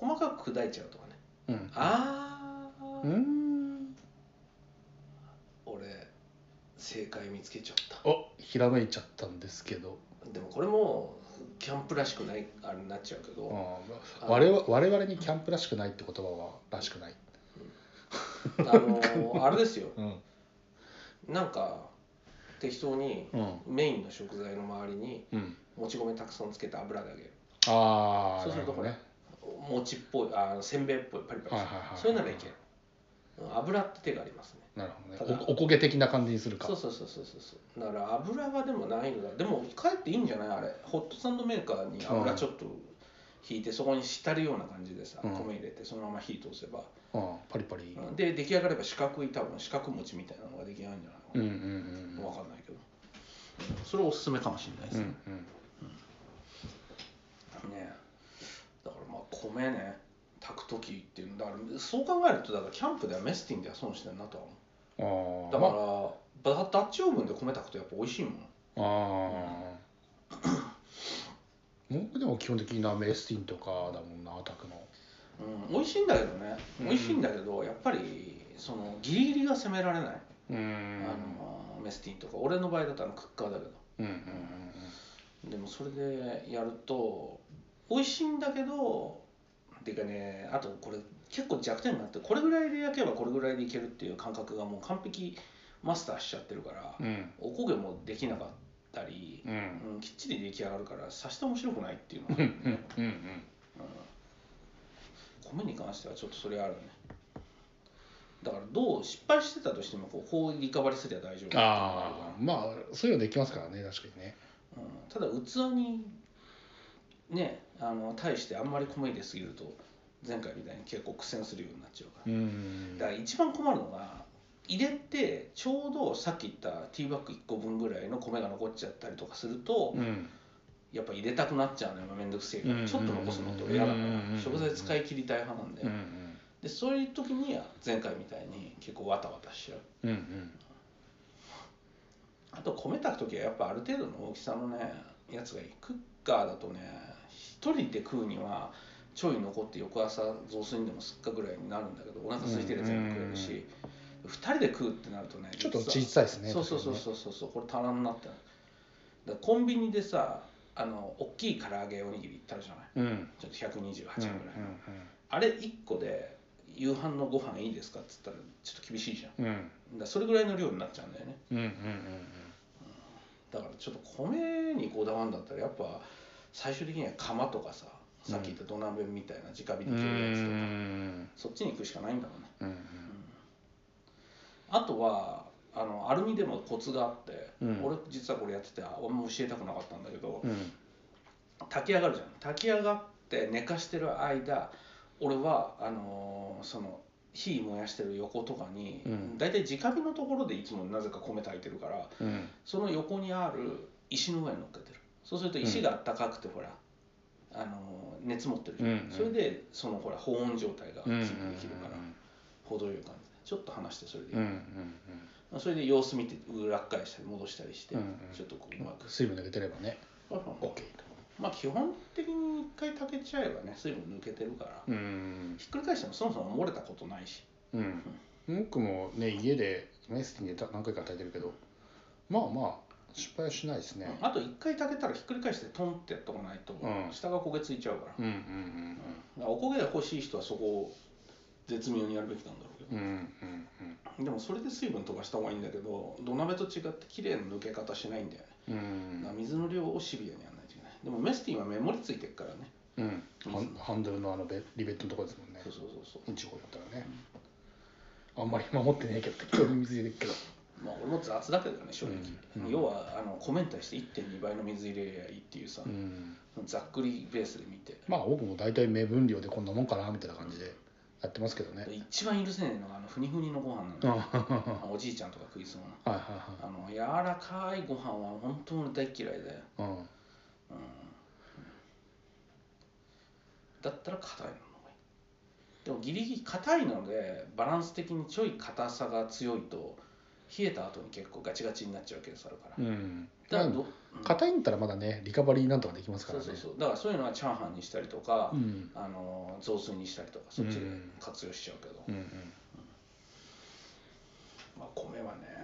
Speaker 1: ん細かく砕いちゃうとかね
Speaker 2: うん
Speaker 1: ああ、
Speaker 2: うん
Speaker 1: 俺正解見つけちゃった
Speaker 2: おひらめいちゃったんですけど
Speaker 1: でもこれもキャンプらしくないあれになっちゃうけど、
Speaker 2: ああ我々我々にキャンプらしくないって言葉はらしくない
Speaker 1: あのーあれですよ
Speaker 2: <laughs> うん
Speaker 1: なんか適当に
Speaker 2: うん
Speaker 1: メインの食材の周りに
Speaker 2: うん
Speaker 1: もち米たくさんつけて油で揚げる
Speaker 2: ああ
Speaker 1: そうすると
Speaker 2: なほどね
Speaker 1: 餅っぽいあせんべいっぽいパリパリ
Speaker 2: はい
Speaker 1: し
Speaker 2: はいはい
Speaker 1: てそういうならいけるうん油って手がありますね
Speaker 2: なるほ
Speaker 1: た
Speaker 2: ど
Speaker 1: だ
Speaker 2: ねおおこげ的な感じにするか
Speaker 1: そうそうそうそうそうそうだから油はでもないのだでもかえっていいんじゃないあれホットサンドメーカーに油ちょっと引いてそこに浸るような感じでさ、
Speaker 2: うん
Speaker 1: 米入れてそのまま火通せば、
Speaker 2: うんパリパリ
Speaker 1: で出来上がれば四角い多分四角餅みたいなのが出来上がるんじゃないのか
Speaker 2: う
Speaker 1: な、
Speaker 2: んうんうんうん
Speaker 1: 分かんないけどそれおすすめかもしれないです
Speaker 2: うん
Speaker 1: ね,、ねだからまあ米ね炊く時っていうのだからそう考えるとだからキャンプではメスティンでは損してるなとは思
Speaker 2: うんあ
Speaker 1: う
Speaker 2: あ
Speaker 1: だから、バダッチオーブンで米炊くとやっぱ美味しいもん
Speaker 2: まああー僕でも基本的になメスティンとかだもんなタクの
Speaker 1: うん、美味しいんだけどね
Speaker 2: うん
Speaker 1: 美味しいんだけど、やっぱりそのギリギリが攻められない、
Speaker 2: うん
Speaker 1: あのメスティンとか俺の場合だったらクッカーだけど
Speaker 2: うんうん
Speaker 1: でもそれでやると美味しいんだけどっていうかねあとこれ結構弱点があってこれぐらいで焼けばこれぐらいでいけるっていう感覚がもう完璧マスターしちゃってるから、
Speaker 2: うんうん
Speaker 1: おこげもできなかったり、
Speaker 2: うん
Speaker 1: うん、きっちり出来上がるからさして面白くないっていうの
Speaker 2: う
Speaker 1: が
Speaker 2: んうんうんうん
Speaker 1: 米に関してはちょっとそれあるねだからどう失敗してたとしてもこうこうリカバリすれば大丈夫っていうのがあるか
Speaker 2: ああまあそういうのできますからね確かにね
Speaker 1: ら、うん、ただ器にねあの対してあんまり米入れすぎると前回みたいに結構苦戦するようになっちゃうから、
Speaker 2: うん
Speaker 1: だから一番困るのが入れてちょうどさっき言ったティーバッグ1個分ぐらいの米が残っちゃったりとかすると、
Speaker 2: うん
Speaker 1: やっぱ入れたくなっちゃうのよ面倒くせえか
Speaker 2: うん
Speaker 1: らちょっと残すのって俺嫌だから
Speaker 2: うん
Speaker 1: 食材使い切りたい派なんで、
Speaker 2: うんうん
Speaker 1: でそういう時には前回みたいに結構わたわたしちゃう
Speaker 2: うんうん
Speaker 1: あと米炊く時はやっぱある程度の大きさのねやつがいいクッカーだとね一人で食うにはちょい残って翌朝雑炊にでもすっかぐらいになるんだけどお腹空いてるやつ全部食える
Speaker 2: うんうん
Speaker 1: し二人で食うってなるとね
Speaker 2: ちょっと
Speaker 1: 実は
Speaker 2: 小さいですね
Speaker 1: そうそうそうそうそうそうこれ足らんなってなるだからコンビニでさあの大きい唐揚げおにぎりってあるじゃない
Speaker 2: うんうん
Speaker 1: ちょっと128円ぐら
Speaker 2: うん
Speaker 1: い、あれ1個で夕飯のご飯いいですかっつったらちょっと厳しいじゃんだか
Speaker 2: うんうん
Speaker 1: らそれぐらいの量になっちゃうんだよね
Speaker 2: うんうん
Speaker 1: だからちょっと米にこだわるんだったらやっぱ最終的には釜とかささっき言った土鍋みたいな直火で
Speaker 2: うんうんうんうん
Speaker 1: 切るやつとか、
Speaker 2: うん
Speaker 1: そっちに行くしかないんだろうね
Speaker 2: うん
Speaker 1: あとはあのアルミでもコツがあって、
Speaker 2: うん
Speaker 1: 俺実はこれやっててあ俺も教えたくなかったんだけど、
Speaker 2: うん
Speaker 1: 炊き上がるじゃん炊き上がって寝かしてる間俺はあのーその火燃やしてる横とかに、
Speaker 2: うん
Speaker 1: 大体直火のところでいつもなぜか米炊いてるから
Speaker 2: うん
Speaker 1: その横にある石の上に乗っけてるそうすると石があったかくてほら、あのー熱持ってるじゃん、
Speaker 2: うんうん
Speaker 1: それでそのほら保温状態がキ
Speaker 2: うんう
Speaker 1: ー
Speaker 2: ん
Speaker 1: プできるから、程よい感じちょっと離してそれでいい、
Speaker 2: うんうん
Speaker 1: まあそれで様子見て裏っ返したり戻したりして、
Speaker 2: うんうん
Speaker 1: ちょっとこう
Speaker 2: う
Speaker 1: うんまく
Speaker 2: 水分抜けてればね
Speaker 1: パパパ
Speaker 2: OK
Speaker 1: まあ基本的に一回炊けちゃえばね水分抜けてるから、
Speaker 2: うん
Speaker 1: ひっくり返してもそもそも漏れたことないし
Speaker 2: うん僕もね家でメスティンで何回か炊いてるけどまあまあ失敗はしないですね
Speaker 1: あと一回炊けたらひっくり返してトンってやっとかないと
Speaker 2: うん
Speaker 1: 下が焦げついちゃうから,、
Speaker 2: うん
Speaker 1: だからお焦げが欲しい人はそこを絶妙にやるべきなんだろうけ
Speaker 2: うんうんうんう
Speaker 1: ど
Speaker 2: ん
Speaker 1: でもそれで水分飛ばした方がいいんだけど土鍋と違って綺麗な抜け方しないんだよね、
Speaker 2: うんう
Speaker 1: だから
Speaker 2: ん
Speaker 1: 水の量をシビアにやらないといけないでもメスティンはメモリついてるからね
Speaker 2: うんハンハンドルのあのベリベットのとこですもんね
Speaker 1: そうそうそうそう
Speaker 2: うんちこだったらねあんまり守ってねえけど適当に水入れるけど
Speaker 1: まあ、俺も雑だけどね正直、
Speaker 2: うんうん
Speaker 1: 要はあの米に対して1.2倍の水入れりゃいいっていうさ、
Speaker 2: うん
Speaker 1: ざっくりベースで見て
Speaker 2: まあ僕も大体目分量でこんなもんかなみたいな感じでやってますけどね
Speaker 1: 一番許せないのがあのふにふにのご飯な
Speaker 2: あ
Speaker 1: の
Speaker 2: は
Speaker 1: よ、
Speaker 2: は
Speaker 1: おじいちゃんとか食いそうな
Speaker 2: ははいは
Speaker 1: あの柔らかいご飯は本当に大嫌いで、
Speaker 2: いはいうん
Speaker 1: うん、だったら硬いのの方がいいでもギリギリ硬いのでバランス的にちょい硬さが強いと冷えた後に結構ガチガチになっちゃうケースあるから、
Speaker 2: うん
Speaker 1: だから
Speaker 2: ま
Speaker 1: ど
Speaker 2: あ硬いんだったらまだねリカバリーなんとかできますか
Speaker 1: そ
Speaker 2: ら
Speaker 1: う
Speaker 2: ね
Speaker 1: そうそうだからそういうのはチャーハンにしたりとか、
Speaker 2: うん
Speaker 1: あの雑炊にしたりとかそっちで
Speaker 2: うん
Speaker 1: 活用しちゃうけど、
Speaker 2: うんうん
Speaker 1: まあ、米はね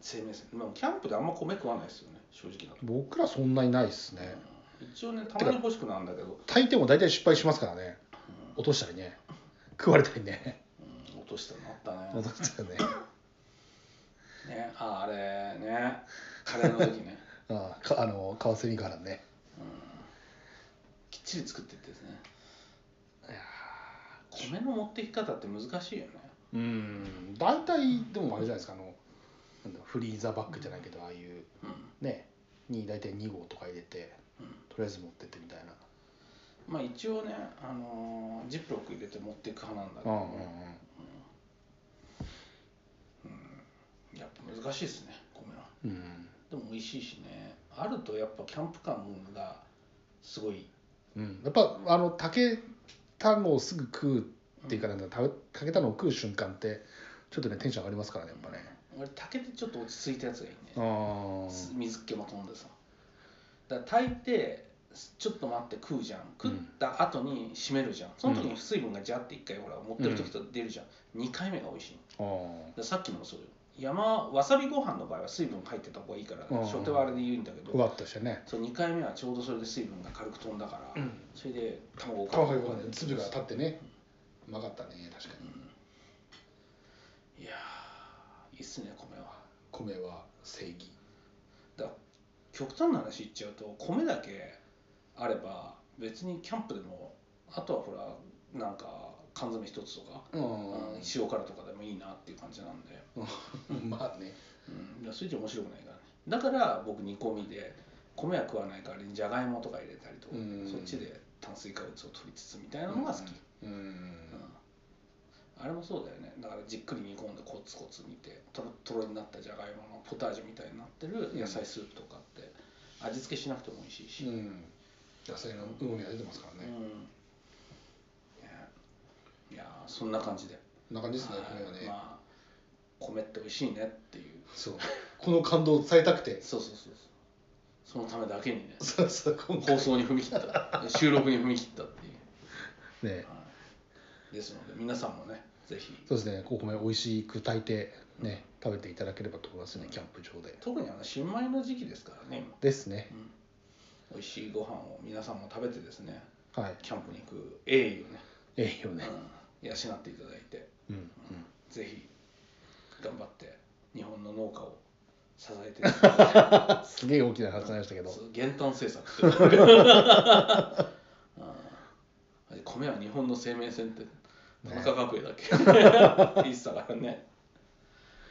Speaker 1: 生命線でもキャンプであんま米食わないですよね正直なとこ、
Speaker 2: 僕らそんなにないですね
Speaker 1: うん一応ねたまに欲しくなるんだけど、
Speaker 2: 炊いても大体失敗しますからね落としたりね食われたりね
Speaker 1: うん落としたのあった
Speaker 2: 落
Speaker 1: ね
Speaker 2: としたりね
Speaker 1: ねああれねカレーの時ね、 <laughs>
Speaker 2: ああかあのカワセミからね
Speaker 1: うん、きっちり作ってってですね
Speaker 2: いや
Speaker 1: 米の持ってき方って難しいよね
Speaker 2: ーうん大体でもあれじゃないですかあのなんだフリーザーバッグじゃないけどああいう
Speaker 1: うん
Speaker 2: ねに大体2合とか入れて
Speaker 1: うん
Speaker 2: とりあえず持ってってみたいな
Speaker 1: まあ一応ね、あのージップロック入れて持っていく派なんだけ
Speaker 2: う
Speaker 1: ど、
Speaker 2: んうん
Speaker 1: やっぱ難しいですね米は
Speaker 2: うんうん
Speaker 1: でも美味しいしねあるとやっぱキャンプ感がすごい
Speaker 2: うん、やっぱあの炊けたのをすぐ食うっていうかなんだ食べ炊けたのを食う瞬間ってちょっとねテンション上がりますからねやっぱね
Speaker 1: 俺炊けてちょっと落ち着いたやつがいいね
Speaker 2: あ
Speaker 1: す水っ気も飛んでさだから炊いてちょっと待って食うじゃん食った後に締めるじゃんその時に水分がジャーって一回ほら持ってる時と出るじゃん、二2回目が美味しいのだ
Speaker 2: あ
Speaker 1: からさっきのもそうよ山わさびご飯の場合は水分入ってた方がいいから、
Speaker 2: うん
Speaker 1: 初手はあれで言うんだけ
Speaker 2: ふ
Speaker 1: ど
Speaker 2: わっとしてね
Speaker 1: そう2回目はちょうどそれで水分が軽く飛んだから、
Speaker 2: うん
Speaker 1: それで卵を
Speaker 2: 皮が粒が立ってねうまかったね確かに
Speaker 1: いやーいいっすね米は
Speaker 2: 米は正義
Speaker 1: だから極端な話言っちゃうと米だけあれば別にキャンプでもあとはほらなんか缶詰一つとか、
Speaker 2: う
Speaker 1: うん
Speaker 2: ん
Speaker 1: 塩辛とかでもいいなっていう感じなんで、
Speaker 2: まあね
Speaker 1: うん、いやそれじゃ面白くないからねだから僕煮込みで米は食わない代わりにじゃがいもとか入れたりとか、
Speaker 2: うん
Speaker 1: そっちで炭水化物を取りつつみたいなのが好き、
Speaker 2: うん
Speaker 1: あれもそうだよねだからじっくり煮込んでコツコツ煮てトロットロになったじゃがいものポタージュみたいになってる野菜スープとかって味付けしなくても美味しいし、
Speaker 2: うんうん野菜のうまみが出てますから
Speaker 1: う
Speaker 2: ね
Speaker 1: んねいやーそんな感じで
Speaker 2: こんな感じですね
Speaker 1: はい
Speaker 2: 米はね
Speaker 1: まあ米って美味しいねっていう
Speaker 2: そうこの感動を伝えたくて <laughs>
Speaker 1: そうそうそうそうそのためだけにね
Speaker 2: そうそう今
Speaker 1: 放送に踏み切った <laughs> 収録に踏み切ったっていう、
Speaker 2: ね
Speaker 1: はい、ですので皆さんもねぜひ
Speaker 2: そうですね、お米美味しく炊いてね、食べていただければと思いますね、キャンプ場で。
Speaker 1: 特にあの新米の時期ですからね今
Speaker 2: ですね
Speaker 1: う。ん美味しいご飯を皆さんも食べてですね
Speaker 2: はい
Speaker 1: キャンプに行く栄
Speaker 2: ええよ
Speaker 1: 誉をね
Speaker 2: ね、
Speaker 1: うん、養っていただいて
Speaker 2: うんうん
Speaker 1: ぜひ頑張って日本の農家を支え
Speaker 2: <laughs>
Speaker 1: ていただきたい
Speaker 2: あすげえ大きな話になりましたけど
Speaker 1: そう減反政策って言われるうん <laughs> 米は日本の生命線って田中角栄だっ
Speaker 2: <laughs>
Speaker 1: け、言ってたからね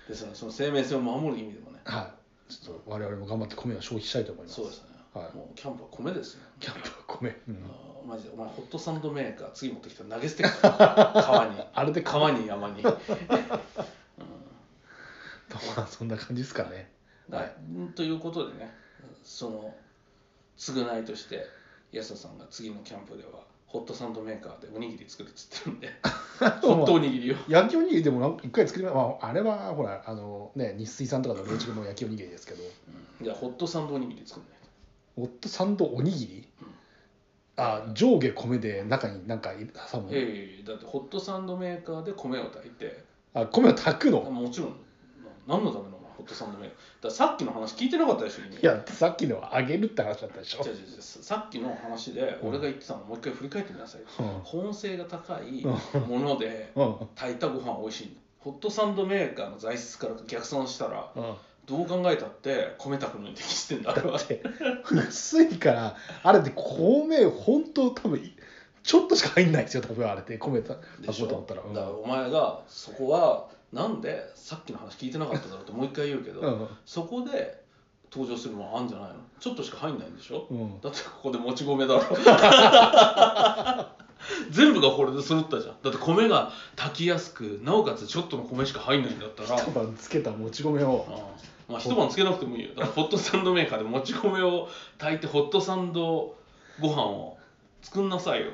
Speaker 1: ですのでその生命線を守る意味でもね
Speaker 2: はいちょっと我々も頑張って米を消費したいと思います
Speaker 1: そうですね、
Speaker 2: はい
Speaker 1: もうキャンプは米ですよ、
Speaker 2: キャンプは米、うん、
Speaker 1: あーマジでお前ホットサンドメーカー次持ってきたら投げ捨てる
Speaker 2: <laughs>
Speaker 1: から川に
Speaker 2: あれでか
Speaker 1: 川に山
Speaker 2: <laughs>
Speaker 1: に、うん、だ
Speaker 2: まあそんな感じですかね
Speaker 1: んということでねその償いとして安田さんが次のキャンプではホットサンドメーカーでおにぎり作るっつってる
Speaker 2: <laughs>
Speaker 1: んでホットおにぎりを
Speaker 2: 焼きおにぎりでもなんか一回作りま、まあ、あれはほらあのね日水さんとかの連中の焼きおにぎりですけど
Speaker 1: うんじゃあホットサンドおにぎり作んないと
Speaker 2: ホットサンドおにぎりあ上下米で中になんか挟む、
Speaker 1: ええだってホットサンドメーカーで米を炊いて
Speaker 2: あ米を炊くの
Speaker 1: もちろんな何のためのお前ホットサンドメーカーだからさっきの話聞いてなかったでしょ
Speaker 2: いやさっきのは揚げるって話だったでしょ
Speaker 1: 違う違う違うさっきの話で俺が言ってたのをもう一回振り返ってみなさい、
Speaker 2: うん
Speaker 1: 保温性が高い
Speaker 2: うん
Speaker 1: もの
Speaker 2: <laughs>
Speaker 1: で
Speaker 2: うん
Speaker 1: 炊いたご飯美味しいのホットサンドメーカーの材質から逆算したら
Speaker 2: うん
Speaker 1: どう考えたって米炊くのに適してんだあれ
Speaker 2: だ
Speaker 1: は
Speaker 2: って薄いからあれって米本当多分ちょっとしか入んないですよ多分あれって米た
Speaker 1: でしょ
Speaker 2: 炊こうと思ったらうん
Speaker 1: だからお前がそこはなんでさっきの話聞いてなかっただろうともう一回言うけど、
Speaker 2: うん
Speaker 1: そこで登場するものあんじゃないのちょっとしか入んないんでしょ、
Speaker 2: うん
Speaker 1: だってここでもち米
Speaker 2: <laughs>
Speaker 1: だろ全部がこれで揃ったじゃんだって米が炊きやすくなおかつちょっとの米しか入んないんだった
Speaker 2: <laughs>
Speaker 1: ら
Speaker 2: 一晩つけたもち米を
Speaker 1: うんまあ、一晩つけなくてもいいよだからホットサンドメーカーでもち米を炊いてホットサンドご飯を作んなさいよ、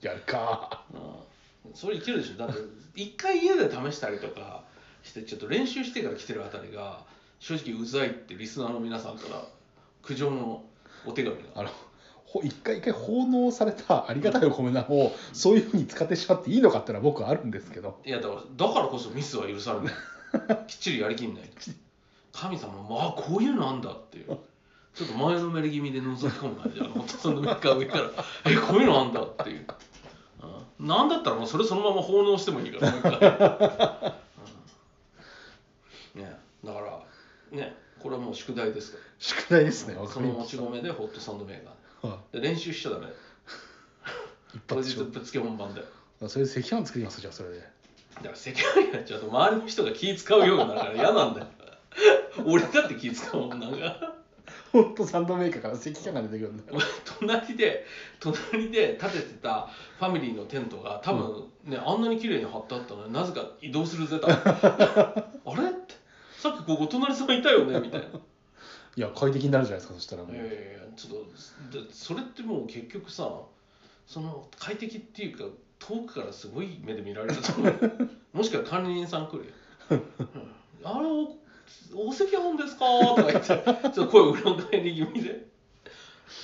Speaker 2: やるか
Speaker 1: うん、それいけるでしょだって一回家で試したりとかしてちょっと練習してから来てるあたりが正直うざいってリスナーの皆さんから苦情のお手紙が
Speaker 2: あのほ一回一回奉納されたありがたいお米なをそういうふうに使ってしまっていいのかってのは僕はあるんですけど
Speaker 1: いやだからだからこそミスは許されないきっちりやりきんない神様もあこういうのあんだっていうちょっと前のめり気味で覗き込む感じでホットサンドメーカー上からえこういうのあんだっていう、うん、なんだったらもうそれそのまま奉納してもいいからもう一回、うんねだからねこれはもう宿題ですか
Speaker 2: 宿題で
Speaker 1: ら
Speaker 2: すねわか
Speaker 1: そ
Speaker 2: り
Speaker 1: の
Speaker 2: ま
Speaker 1: も
Speaker 2: し
Speaker 1: ち
Speaker 2: た
Speaker 1: 米でホットサンドメーカ
Speaker 2: は
Speaker 1: ーで練習しちゃダメ
Speaker 2: い一
Speaker 1: 当
Speaker 2: 発
Speaker 1: 日
Speaker 2: 勝
Speaker 1: ぶっつけ本番で
Speaker 2: 負それで赤飯作りますじゃあそれで
Speaker 1: だから世界になっちゃうと周りの人が気使うようになるから嫌なんだよ俺だって気使うもんなんか
Speaker 2: ホットサンドメーカーから赤飯が出てくるんだよ
Speaker 1: 隣で隣で建ててたファミリーのテントが多分ね、あんなに綺麗に貼ってあったのになぜか移動するぜ多分あれってさっきここ隣さんいたよねみたいな
Speaker 2: いや快適になるじゃないですかそしたらもう
Speaker 1: いやいやいやちょっとだそれってもう結局さその快適っていうか遠くからすごい目で見られると思うもしくは管理人さん来るよ「うんあれおお赤飯ですか?」とか言ってちょっと声を裏返り気味で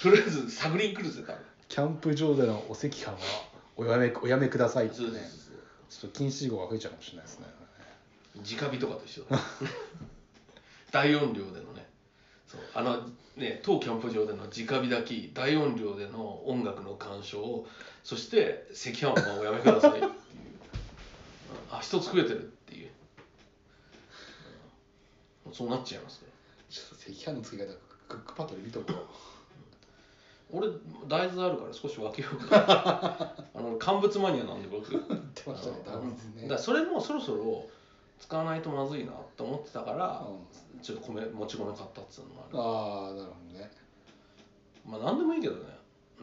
Speaker 1: とりあえず探りに来るぜ多分
Speaker 2: キャンプ場でのお赤飯はおやめおやめくださいって
Speaker 1: そうそ
Speaker 2: ね
Speaker 1: うそう
Speaker 2: ちょっと禁止語が増えちゃうかもしれないですね
Speaker 1: 直火とかと一緒だ <laughs> 大音量でのねそうあのね当キャンプ場での直火炊き大音量での音楽の鑑賞そして赤飯はおやめくださいっていう <laughs> あ一つ食えてるっていううんそうなっちゃいますね
Speaker 2: ちょっと赤飯の作り方クックパッドで見とこ <laughs> う
Speaker 1: 俺大豆あるから少し分けようかな <laughs> あの乾物マニアなんで僕
Speaker 2: 言ってましたねダメです
Speaker 1: だ
Speaker 2: ね
Speaker 1: からそれもそろそろ使わないとまずいなと思ってたから、
Speaker 2: う
Speaker 1: ちょっと米もち米買ったっつうのもある
Speaker 2: んああなるほどね
Speaker 1: まあ何でもいいけどね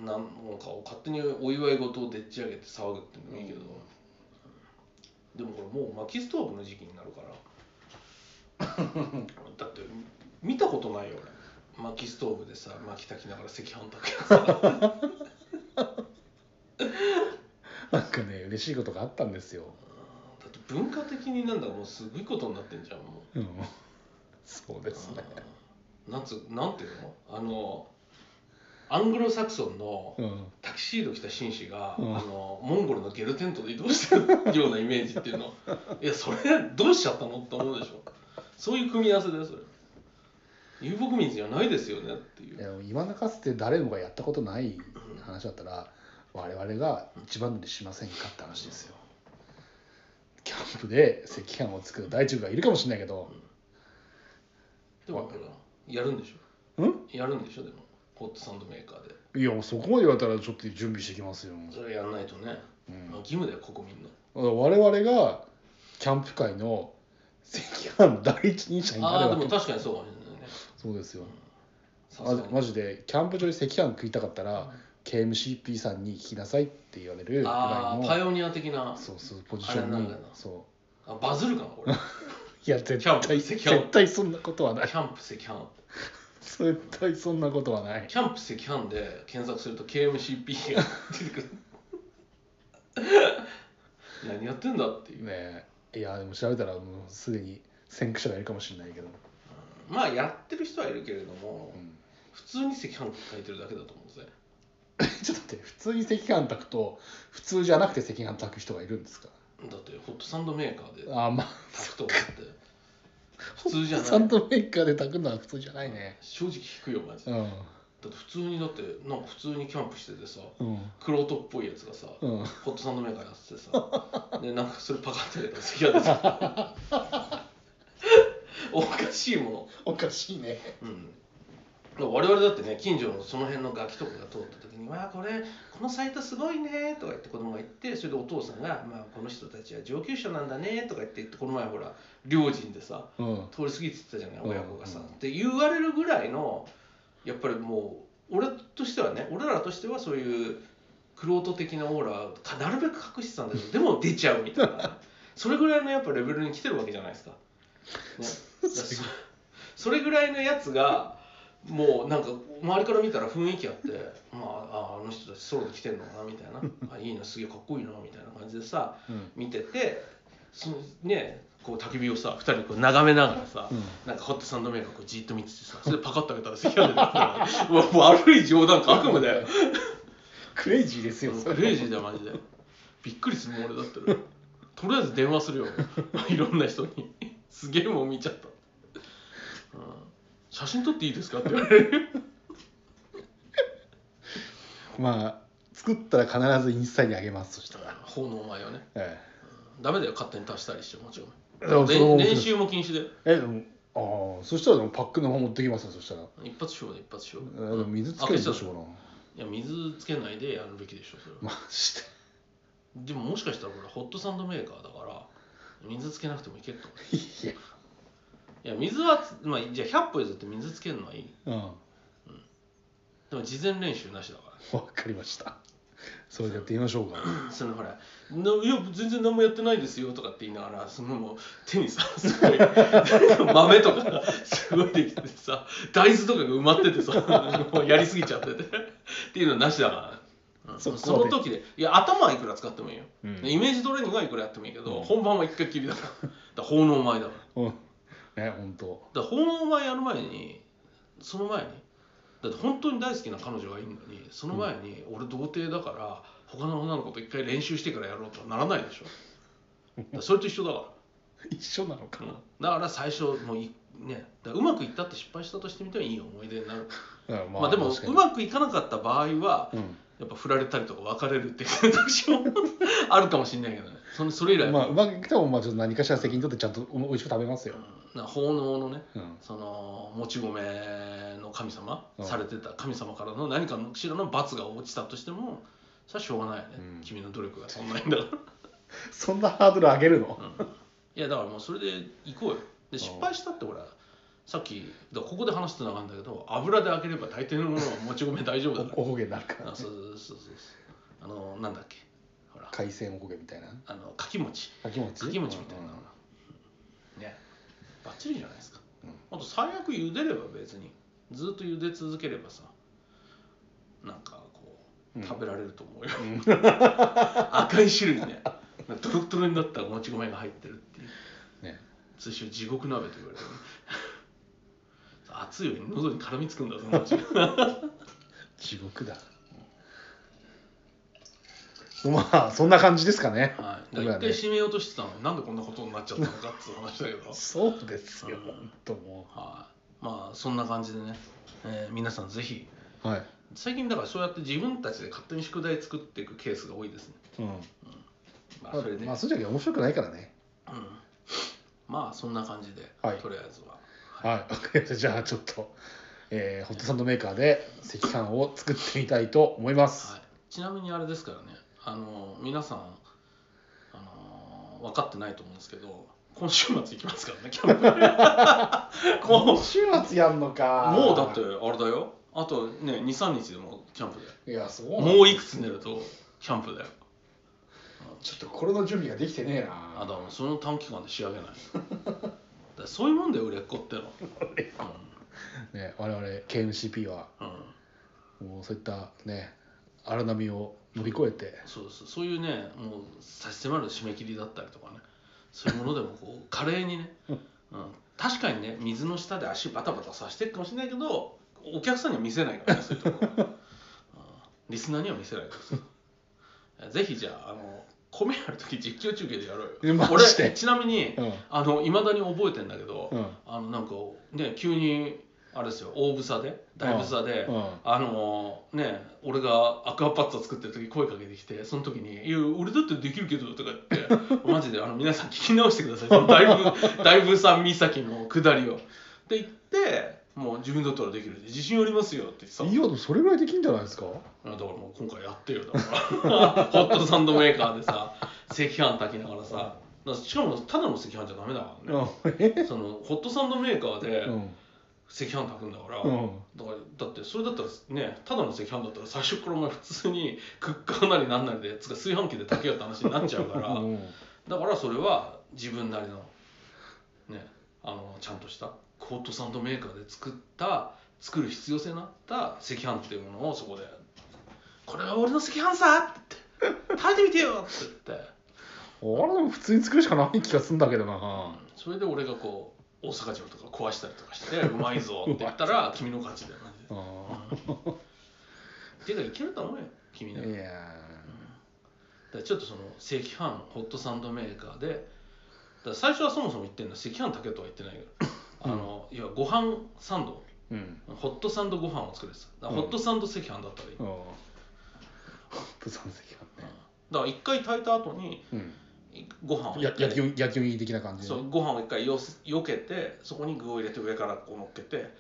Speaker 1: なんかを勝手にお祝い事をでっち上げて騒ぐっていうのもいいけど、でもこれもう薪ストーブの時期になるから
Speaker 2: <laughs>
Speaker 1: だって見たことないよ俺薪ストーブでさ薪炊きながら赤飯炊くやつさ
Speaker 2: なんかね嬉しいことがあったんですよ、
Speaker 1: だって文化的になんだかもうすごいことになってんじゃんもう
Speaker 2: うん、そうですね
Speaker 1: あーなんつなんていうのあのアングロサクソンの
Speaker 2: うん
Speaker 1: タキシード着た紳士が、
Speaker 2: うん
Speaker 1: あのモンゴルのゲルテントで移動してるようなイメージっていう
Speaker 2: <laughs>
Speaker 1: のいやそれどうしちゃったのって思うでしょそういう組み合わせだよそれ遊牧民じゃないですよねってい
Speaker 2: いうや今のかつて誰もがやったことない話だったら我々が一番乗りしませんかって話ですよキャンプで赤飯を作る大中がいるかもしれないけど
Speaker 1: でもほらやるんでし
Speaker 2: ん
Speaker 1: ょやるんでしょでもホットサンドメーカーで
Speaker 2: いやそこまで言われたらちょっと準備してきますよ、
Speaker 1: それやんないとね、
Speaker 2: うん、
Speaker 1: まあ、義務だよ国民の
Speaker 2: 我々がキャンプ界の赤飯の第一人者にな
Speaker 1: ああ
Speaker 2: る
Speaker 1: で
Speaker 2: わ
Speaker 1: も
Speaker 2: け
Speaker 1: 確かにそうかもしれないね
Speaker 2: そうですよ
Speaker 1: さ
Speaker 2: マ
Speaker 1: す
Speaker 2: ジ
Speaker 1: がに
Speaker 2: マジでキャンプ場で赤飯食いたかったら KMCP さんに聞きなさいって言われるぐら
Speaker 1: あ
Speaker 2: い
Speaker 1: あ
Speaker 2: の
Speaker 1: パイオニア的な
Speaker 2: そうそうポジション
Speaker 1: あれ
Speaker 2: に
Speaker 1: なんだな
Speaker 2: そ
Speaker 1: あバズるかな
Speaker 2: <laughs>
Speaker 1: これキ
Speaker 2: ういや絶
Speaker 1: キャン
Speaker 2: 対
Speaker 1: プ
Speaker 2: 絶対そんなことはない
Speaker 1: ャンプ赤飯
Speaker 2: 絶対そんなことはない
Speaker 1: キャンプ赤飯で検索すると KMCP が出てくる何やってんだっていう
Speaker 2: ねえいやでも調べたらもうすでに先駆者がいるかもしれないけど、
Speaker 1: まあやってる人はいるけれども
Speaker 2: うん <laughs>
Speaker 1: 普通に赤飯書いてるだけだと思うぜ
Speaker 2: ちょっと待って普通に赤飯炊くと普通じゃなくて赤飯炊く人がいるんですか
Speaker 1: だってホットサンドメーカーで
Speaker 2: あまあ
Speaker 1: 炊くと思って普通じゃない
Speaker 2: サンドメーカーで炊くのは普通じゃないね
Speaker 1: 正直聞くよマジ
Speaker 2: う
Speaker 1: で
Speaker 2: ん
Speaker 1: だって普通にだってなんか普通にキャンプしててさ
Speaker 2: うん
Speaker 1: クロートっぽいやつがさ、
Speaker 2: うん
Speaker 1: ホットサンドメーカーやっててさでなんかそれパカッてやったら好きやった
Speaker 2: <laughs>
Speaker 1: おかしいもの
Speaker 2: おかしいね
Speaker 1: うん我々だってね近所のその辺のガキとかが通った時に「わあこれこのサイトすごいね」とか言って子供が言ってそれでお父さんが「まあ、この人たちは上級者なんだね」とか言ってこの前ほら両親でさ
Speaker 2: うん
Speaker 1: 通り過ぎてたじゃない
Speaker 2: うん
Speaker 1: 親子がさ、
Speaker 2: うん
Speaker 1: って言われるぐらいのやっぱりもう俺としてはね俺らとしてはそういう玄人的なオーラかなるべく隠してたんだけどでも出ちゃうみたいなね、それぐらいのやっぱレベルに来てるわけじゃないですか。
Speaker 2: <laughs>
Speaker 1: ね、だからそそれぐらいのやつがもうなんか周りから見たら雰囲気あってまあああの人たちソロで来てんのかなみたいな
Speaker 2: <laughs>
Speaker 1: あいいなすげえかっこいいなみたいな感じでさ
Speaker 2: うん
Speaker 1: 見ててそのねこう焚き火をさ2人でこう眺めながらさ、
Speaker 2: うん
Speaker 1: なんかホットサンドメーカーをこうじっと見ててさそれでパカッと開けたら席が出て <laughs> きたらうわ悪い冗談か悪夢だよ
Speaker 2: クレイジーですよそれ
Speaker 1: クレイジーだよマジでびっくりするもん俺だったらとりあえず電話するよ <laughs> いろんな人にすげえもん見ちゃった、うん、写真撮っていいですかって言われる
Speaker 2: まあ作ったら必ずインスタにあげますそしたら、
Speaker 1: 奉納前はね
Speaker 2: え
Speaker 1: ダメだよ勝手に足したりしてもちろん
Speaker 2: え、でもその
Speaker 1: 練練習も禁止で
Speaker 2: えでもああそしたらでもパックの方持ってきますよそしたら、
Speaker 1: 一発勝負で一発勝
Speaker 2: え
Speaker 1: 負、
Speaker 2: でも水つけるでしょ
Speaker 1: あ消
Speaker 2: う
Speaker 1: し
Speaker 2: か
Speaker 1: た
Speaker 2: ない
Speaker 1: や水つけないでやるべきでしょそれは
Speaker 2: マジ
Speaker 1: でももしかしたらこれホットサンドメーカーだから水つけなくてもいけると思う
Speaker 2: でい
Speaker 1: いや水はつまあじゃあ100歩譲って水つけるのはいい
Speaker 2: や <laughs> うん
Speaker 1: でも事前練習なしだか
Speaker 2: わかりましたそれでやってみましょうか
Speaker 1: らそのほら「ないや全然何もやってないですよ」とかって言いながらそのもう手にさ <laughs> すご
Speaker 2: <laughs>
Speaker 1: い豆とかすごいできててさ大豆とかが埋まっててさもうやりすぎちゃっててっていうのなしだから、うん
Speaker 2: そ
Speaker 1: そ
Speaker 2: こまで
Speaker 1: の時でいや頭はいくら使ってもいいよ、
Speaker 2: うん
Speaker 1: イメージトレーニングはいくらやってもいいけど、
Speaker 2: うん
Speaker 1: 本番は一回きりだからだから奉納前だから
Speaker 2: うんね本当
Speaker 1: だから奉納前やる前にその前にだって本当に大好きな彼女がいるのにその前に俺童貞だから他の女の子と一回練習してからやろうとはならないでしょだからそれと一緒だか、
Speaker 2: 一緒なのからな、
Speaker 1: だから最初もういねだからうまくいったって失敗したとしてみてはいい思い出になる、
Speaker 2: うん
Speaker 1: まあ、でも
Speaker 2: 確かに
Speaker 1: うまくいかなかった場合は
Speaker 2: うん
Speaker 1: やっぱ振られたりとか別れるっていう選択肢も <laughs> あるかもしれないけどねそのそれ以来、
Speaker 2: まあ、うまくいくともまあちょっと何かしら責任取ってちゃんとお美味しく食べますよ
Speaker 1: うん、なんか奉納のね
Speaker 2: うん、
Speaker 1: そのもち米の神様、
Speaker 2: うん
Speaker 1: されてた神様からの何かのしらの罰が落ちたとしてもそれはしょうがないよね、
Speaker 2: うん
Speaker 1: 君の努力が足んないんだから、
Speaker 2: そんなハードル上げる <laughs> の、
Speaker 1: うんいやだからもうそれで行こうよで失敗したって俺はさっきだからここで話してなかったけど油で揚げれば大抵のものはもち米大丈夫だか
Speaker 2: おおこげになるからら、
Speaker 1: あそうそうそうそうあのなんだっけほら
Speaker 2: 海鮮おこげみたいな
Speaker 1: あのかき餅
Speaker 2: かき餅
Speaker 1: かき餅みたいな、ねバッチリじゃないですか、あと最悪茹でれば別にずっと茹で続ければさなんかこ
Speaker 2: うん
Speaker 1: う食べられると思うよ、 <laughs> 赤い汁にねなんかトロトロになったもち米が入ってるっていう
Speaker 2: ね
Speaker 1: 通称地獄鍋と言われてる <laughs> 熱いように喉に絡みつくんだぞ <laughs> もち米
Speaker 2: 地獄だ、まあそんな感じですかね
Speaker 1: はい、だから一回締めようとしてたのになんでこんなことになっちゃったのかっていう話だけど
Speaker 2: そうですよ
Speaker 1: うん
Speaker 2: 本当も
Speaker 1: <laughs> はいまあそんな感じでね、えー皆さんぜひ
Speaker 2: はい、
Speaker 1: 最近だからそうやって自分たちで勝手に宿題作っていくケースが多いですね
Speaker 2: うん、
Speaker 1: まあそれで、
Speaker 2: まあそれじゃ面白くないからね
Speaker 1: うん、まあそんな感じで、
Speaker 2: はい
Speaker 1: とりあえずは
Speaker 2: はい、 <laughs> わかりました。じゃあちょっと、えーホットサンドメーカーで赤飯を作ってみたいと思います。
Speaker 1: はい、ちなみにあれですからねあの皆さんあの分かってないと思うんですけど今週末行きますからねキャン
Speaker 2: <laughs>
Speaker 1: プもうも
Speaker 2: 週末やんのか
Speaker 1: うだってあれだよあとね23日でもうキャンプで
Speaker 2: ていやそうなんだ
Speaker 1: もういくつ寝るとキャンプだよ
Speaker 2: ちょっとこれの準備ができてねえ
Speaker 1: あだ
Speaker 2: な。
Speaker 1: からその短期間で仕上げないだからそういうもんだよ売れっ子ってのは
Speaker 2: ね我々 KMCP は
Speaker 1: うん、うん
Speaker 2: もうそういったね荒波を乗り越えて、
Speaker 1: そうそうそういうねもう差し迫る締め切りだったりとかねそういうものでもこう <laughs> 華麗にね、うん、確かにね水の下で足バタバタさせてるかもしれないけどお客さんには見せないからねそういうところ、うんリスナーには見せない <laughs> からぜひじゃああの米ある時実況中継でやろう
Speaker 2: え
Speaker 1: よ
Speaker 2: マ
Speaker 1: 俺
Speaker 2: ジで
Speaker 1: ちなみに
Speaker 2: うん
Speaker 1: あの未だに覚えてんだけど、
Speaker 2: うん
Speaker 1: あのなんかね急にあれですよ大房で大房で、
Speaker 2: うんうん
Speaker 1: あのね俺がアクアパッツァ作ってる時声かけてきてその時に「いや俺だってできるけど」とか言って <laughs> マジであの皆さん聞き直してくださいその大
Speaker 2: <laughs>
Speaker 1: ぶ大ぶさん岬の下りを。って言ってもう自分だったらできる自信ありますよって言ってさ
Speaker 2: いやでもそれぐらいできんじゃないですか。
Speaker 1: だからもう今回やってよだからホットサンドメーカーでさ赤飯炊きながらさだからしかもただの赤飯じゃダメだからね
Speaker 2: え
Speaker 1: そのホットサンドメーカーで
Speaker 2: う
Speaker 1: 赤
Speaker 2: ん
Speaker 1: 飯炊くんだから、
Speaker 2: うん
Speaker 1: だからだってそれだったらねただの赤飯だったら最初からお前普通にクッカーなりなんなりでつうか炊飯器で炊けよって話になっちゃうから
Speaker 2: うん
Speaker 1: だからそれは自分なりのねあのちゃんとしたホットサンドメーカーで作った作る必要性のあった赤飯っていうものをそこで「これは俺の赤飯さ!」って言って「食べてみてよ!」って言って
Speaker 2: 俺でも普通に作るしかない気がすんだけどな。
Speaker 1: それで俺がこう大阪城とか壊したりとかして「うまいぞ」って言ったら君の勝ちだよマジで。
Speaker 2: あ
Speaker 1: てかいけると思うよ君なら
Speaker 2: ーいや
Speaker 1: だからちょっとその赤飯ホットサンドメーカーでだから最初はそもそも言ってるのは赤飯炊けとは言ってない
Speaker 2: <laughs>
Speaker 1: けどあの、いわご飯サンド
Speaker 2: ーうん
Speaker 1: ホットサンドご飯を作るやつだからホットサンド赤飯だったらいい、
Speaker 2: う。
Speaker 1: うんん
Speaker 2: ホットサンド赤飯ね。
Speaker 1: だから一回炊いた後に
Speaker 2: うん。
Speaker 1: ご飯を
Speaker 2: や
Speaker 1: 一回
Speaker 2: 焼きおに焼きおにぎり的な感じで
Speaker 1: そうご飯を一回よすよけてそこに具を入れて上からこう乗っけて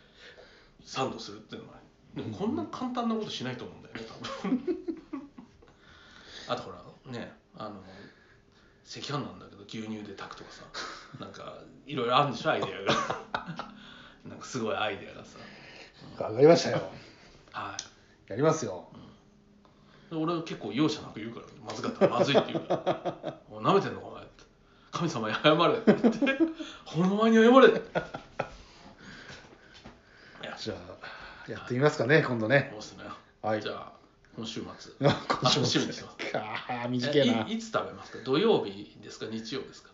Speaker 1: サンドするっていうのはでもこんな簡単なことしないと思うんだよね多
Speaker 2: <laughs>
Speaker 1: 分あとほらねあの赤飯なんだけど牛乳で炊くとかさなんかいろいろあるんでしょアイデアが
Speaker 2: <laughs>
Speaker 1: なんかすごいアイデアがさ
Speaker 2: 上がりまし
Speaker 1: <laughs>
Speaker 2: たよ
Speaker 1: はい
Speaker 2: やりますよ
Speaker 1: で俺は結構容赦なく言うから、まずかったらまずいって言うから「おなめてんのかお前」って「神様に謝れ」って言って「この前に謝れ」いや
Speaker 2: じゃあやってみますかね今度ね
Speaker 1: そうっすね、
Speaker 2: はい
Speaker 1: じゃあ今週末
Speaker 2: 今週
Speaker 1: 楽し
Speaker 2: 末
Speaker 1: みにしてます
Speaker 2: かあ短いない
Speaker 1: いいつ食べますか土曜日ですか日曜ですか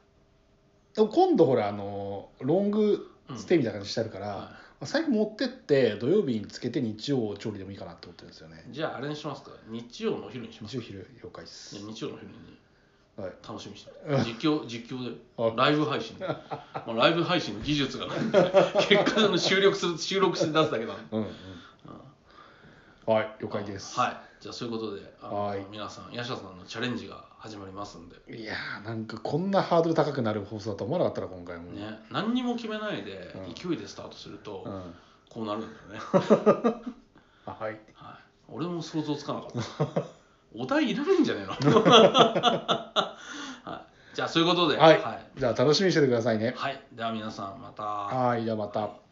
Speaker 2: でも今度ほらあのロングステイみたいな感じしてあるから、
Speaker 1: は
Speaker 2: 最後持ってって土曜日につけて日曜調理でもいいかなって思ってるんですよね
Speaker 1: いじゃああれにしますか日曜のお昼にしま
Speaker 2: 日
Speaker 1: す
Speaker 2: 曜
Speaker 1: か
Speaker 2: 昼了解です
Speaker 1: ね日曜の昼に
Speaker 2: はい
Speaker 1: 楽しみにして
Speaker 2: う
Speaker 1: ます実況実況で
Speaker 2: あ
Speaker 1: ライブ配信で、まあ、ライブ配信の技術がないんで結果あの収録する収録して出すだけなんで
Speaker 2: うんうんはい了解です、
Speaker 1: はい。じゃあそういうことで、あの
Speaker 2: はい
Speaker 1: 皆さん、ヤシャさんのチャレンジが始まりますんで、
Speaker 2: い、やーなんかこんなハードル高くなる放送だと思わなかったら今回も、
Speaker 1: ね、何にも決めないで、
Speaker 2: うん
Speaker 1: 勢いでスタートすると、
Speaker 2: うん
Speaker 1: こうなるんだよね。
Speaker 2: <laughs> あはい
Speaker 1: はい、俺も想像つかなかった。お題いらないんじゃねえ
Speaker 2: <laughs>
Speaker 1: の、はい、じゃあそういうことで、
Speaker 2: はい、
Speaker 1: はい
Speaker 2: じゃあ楽しみにしててくださいね
Speaker 1: はいでは皆さんまた。
Speaker 2: はいじゃあまた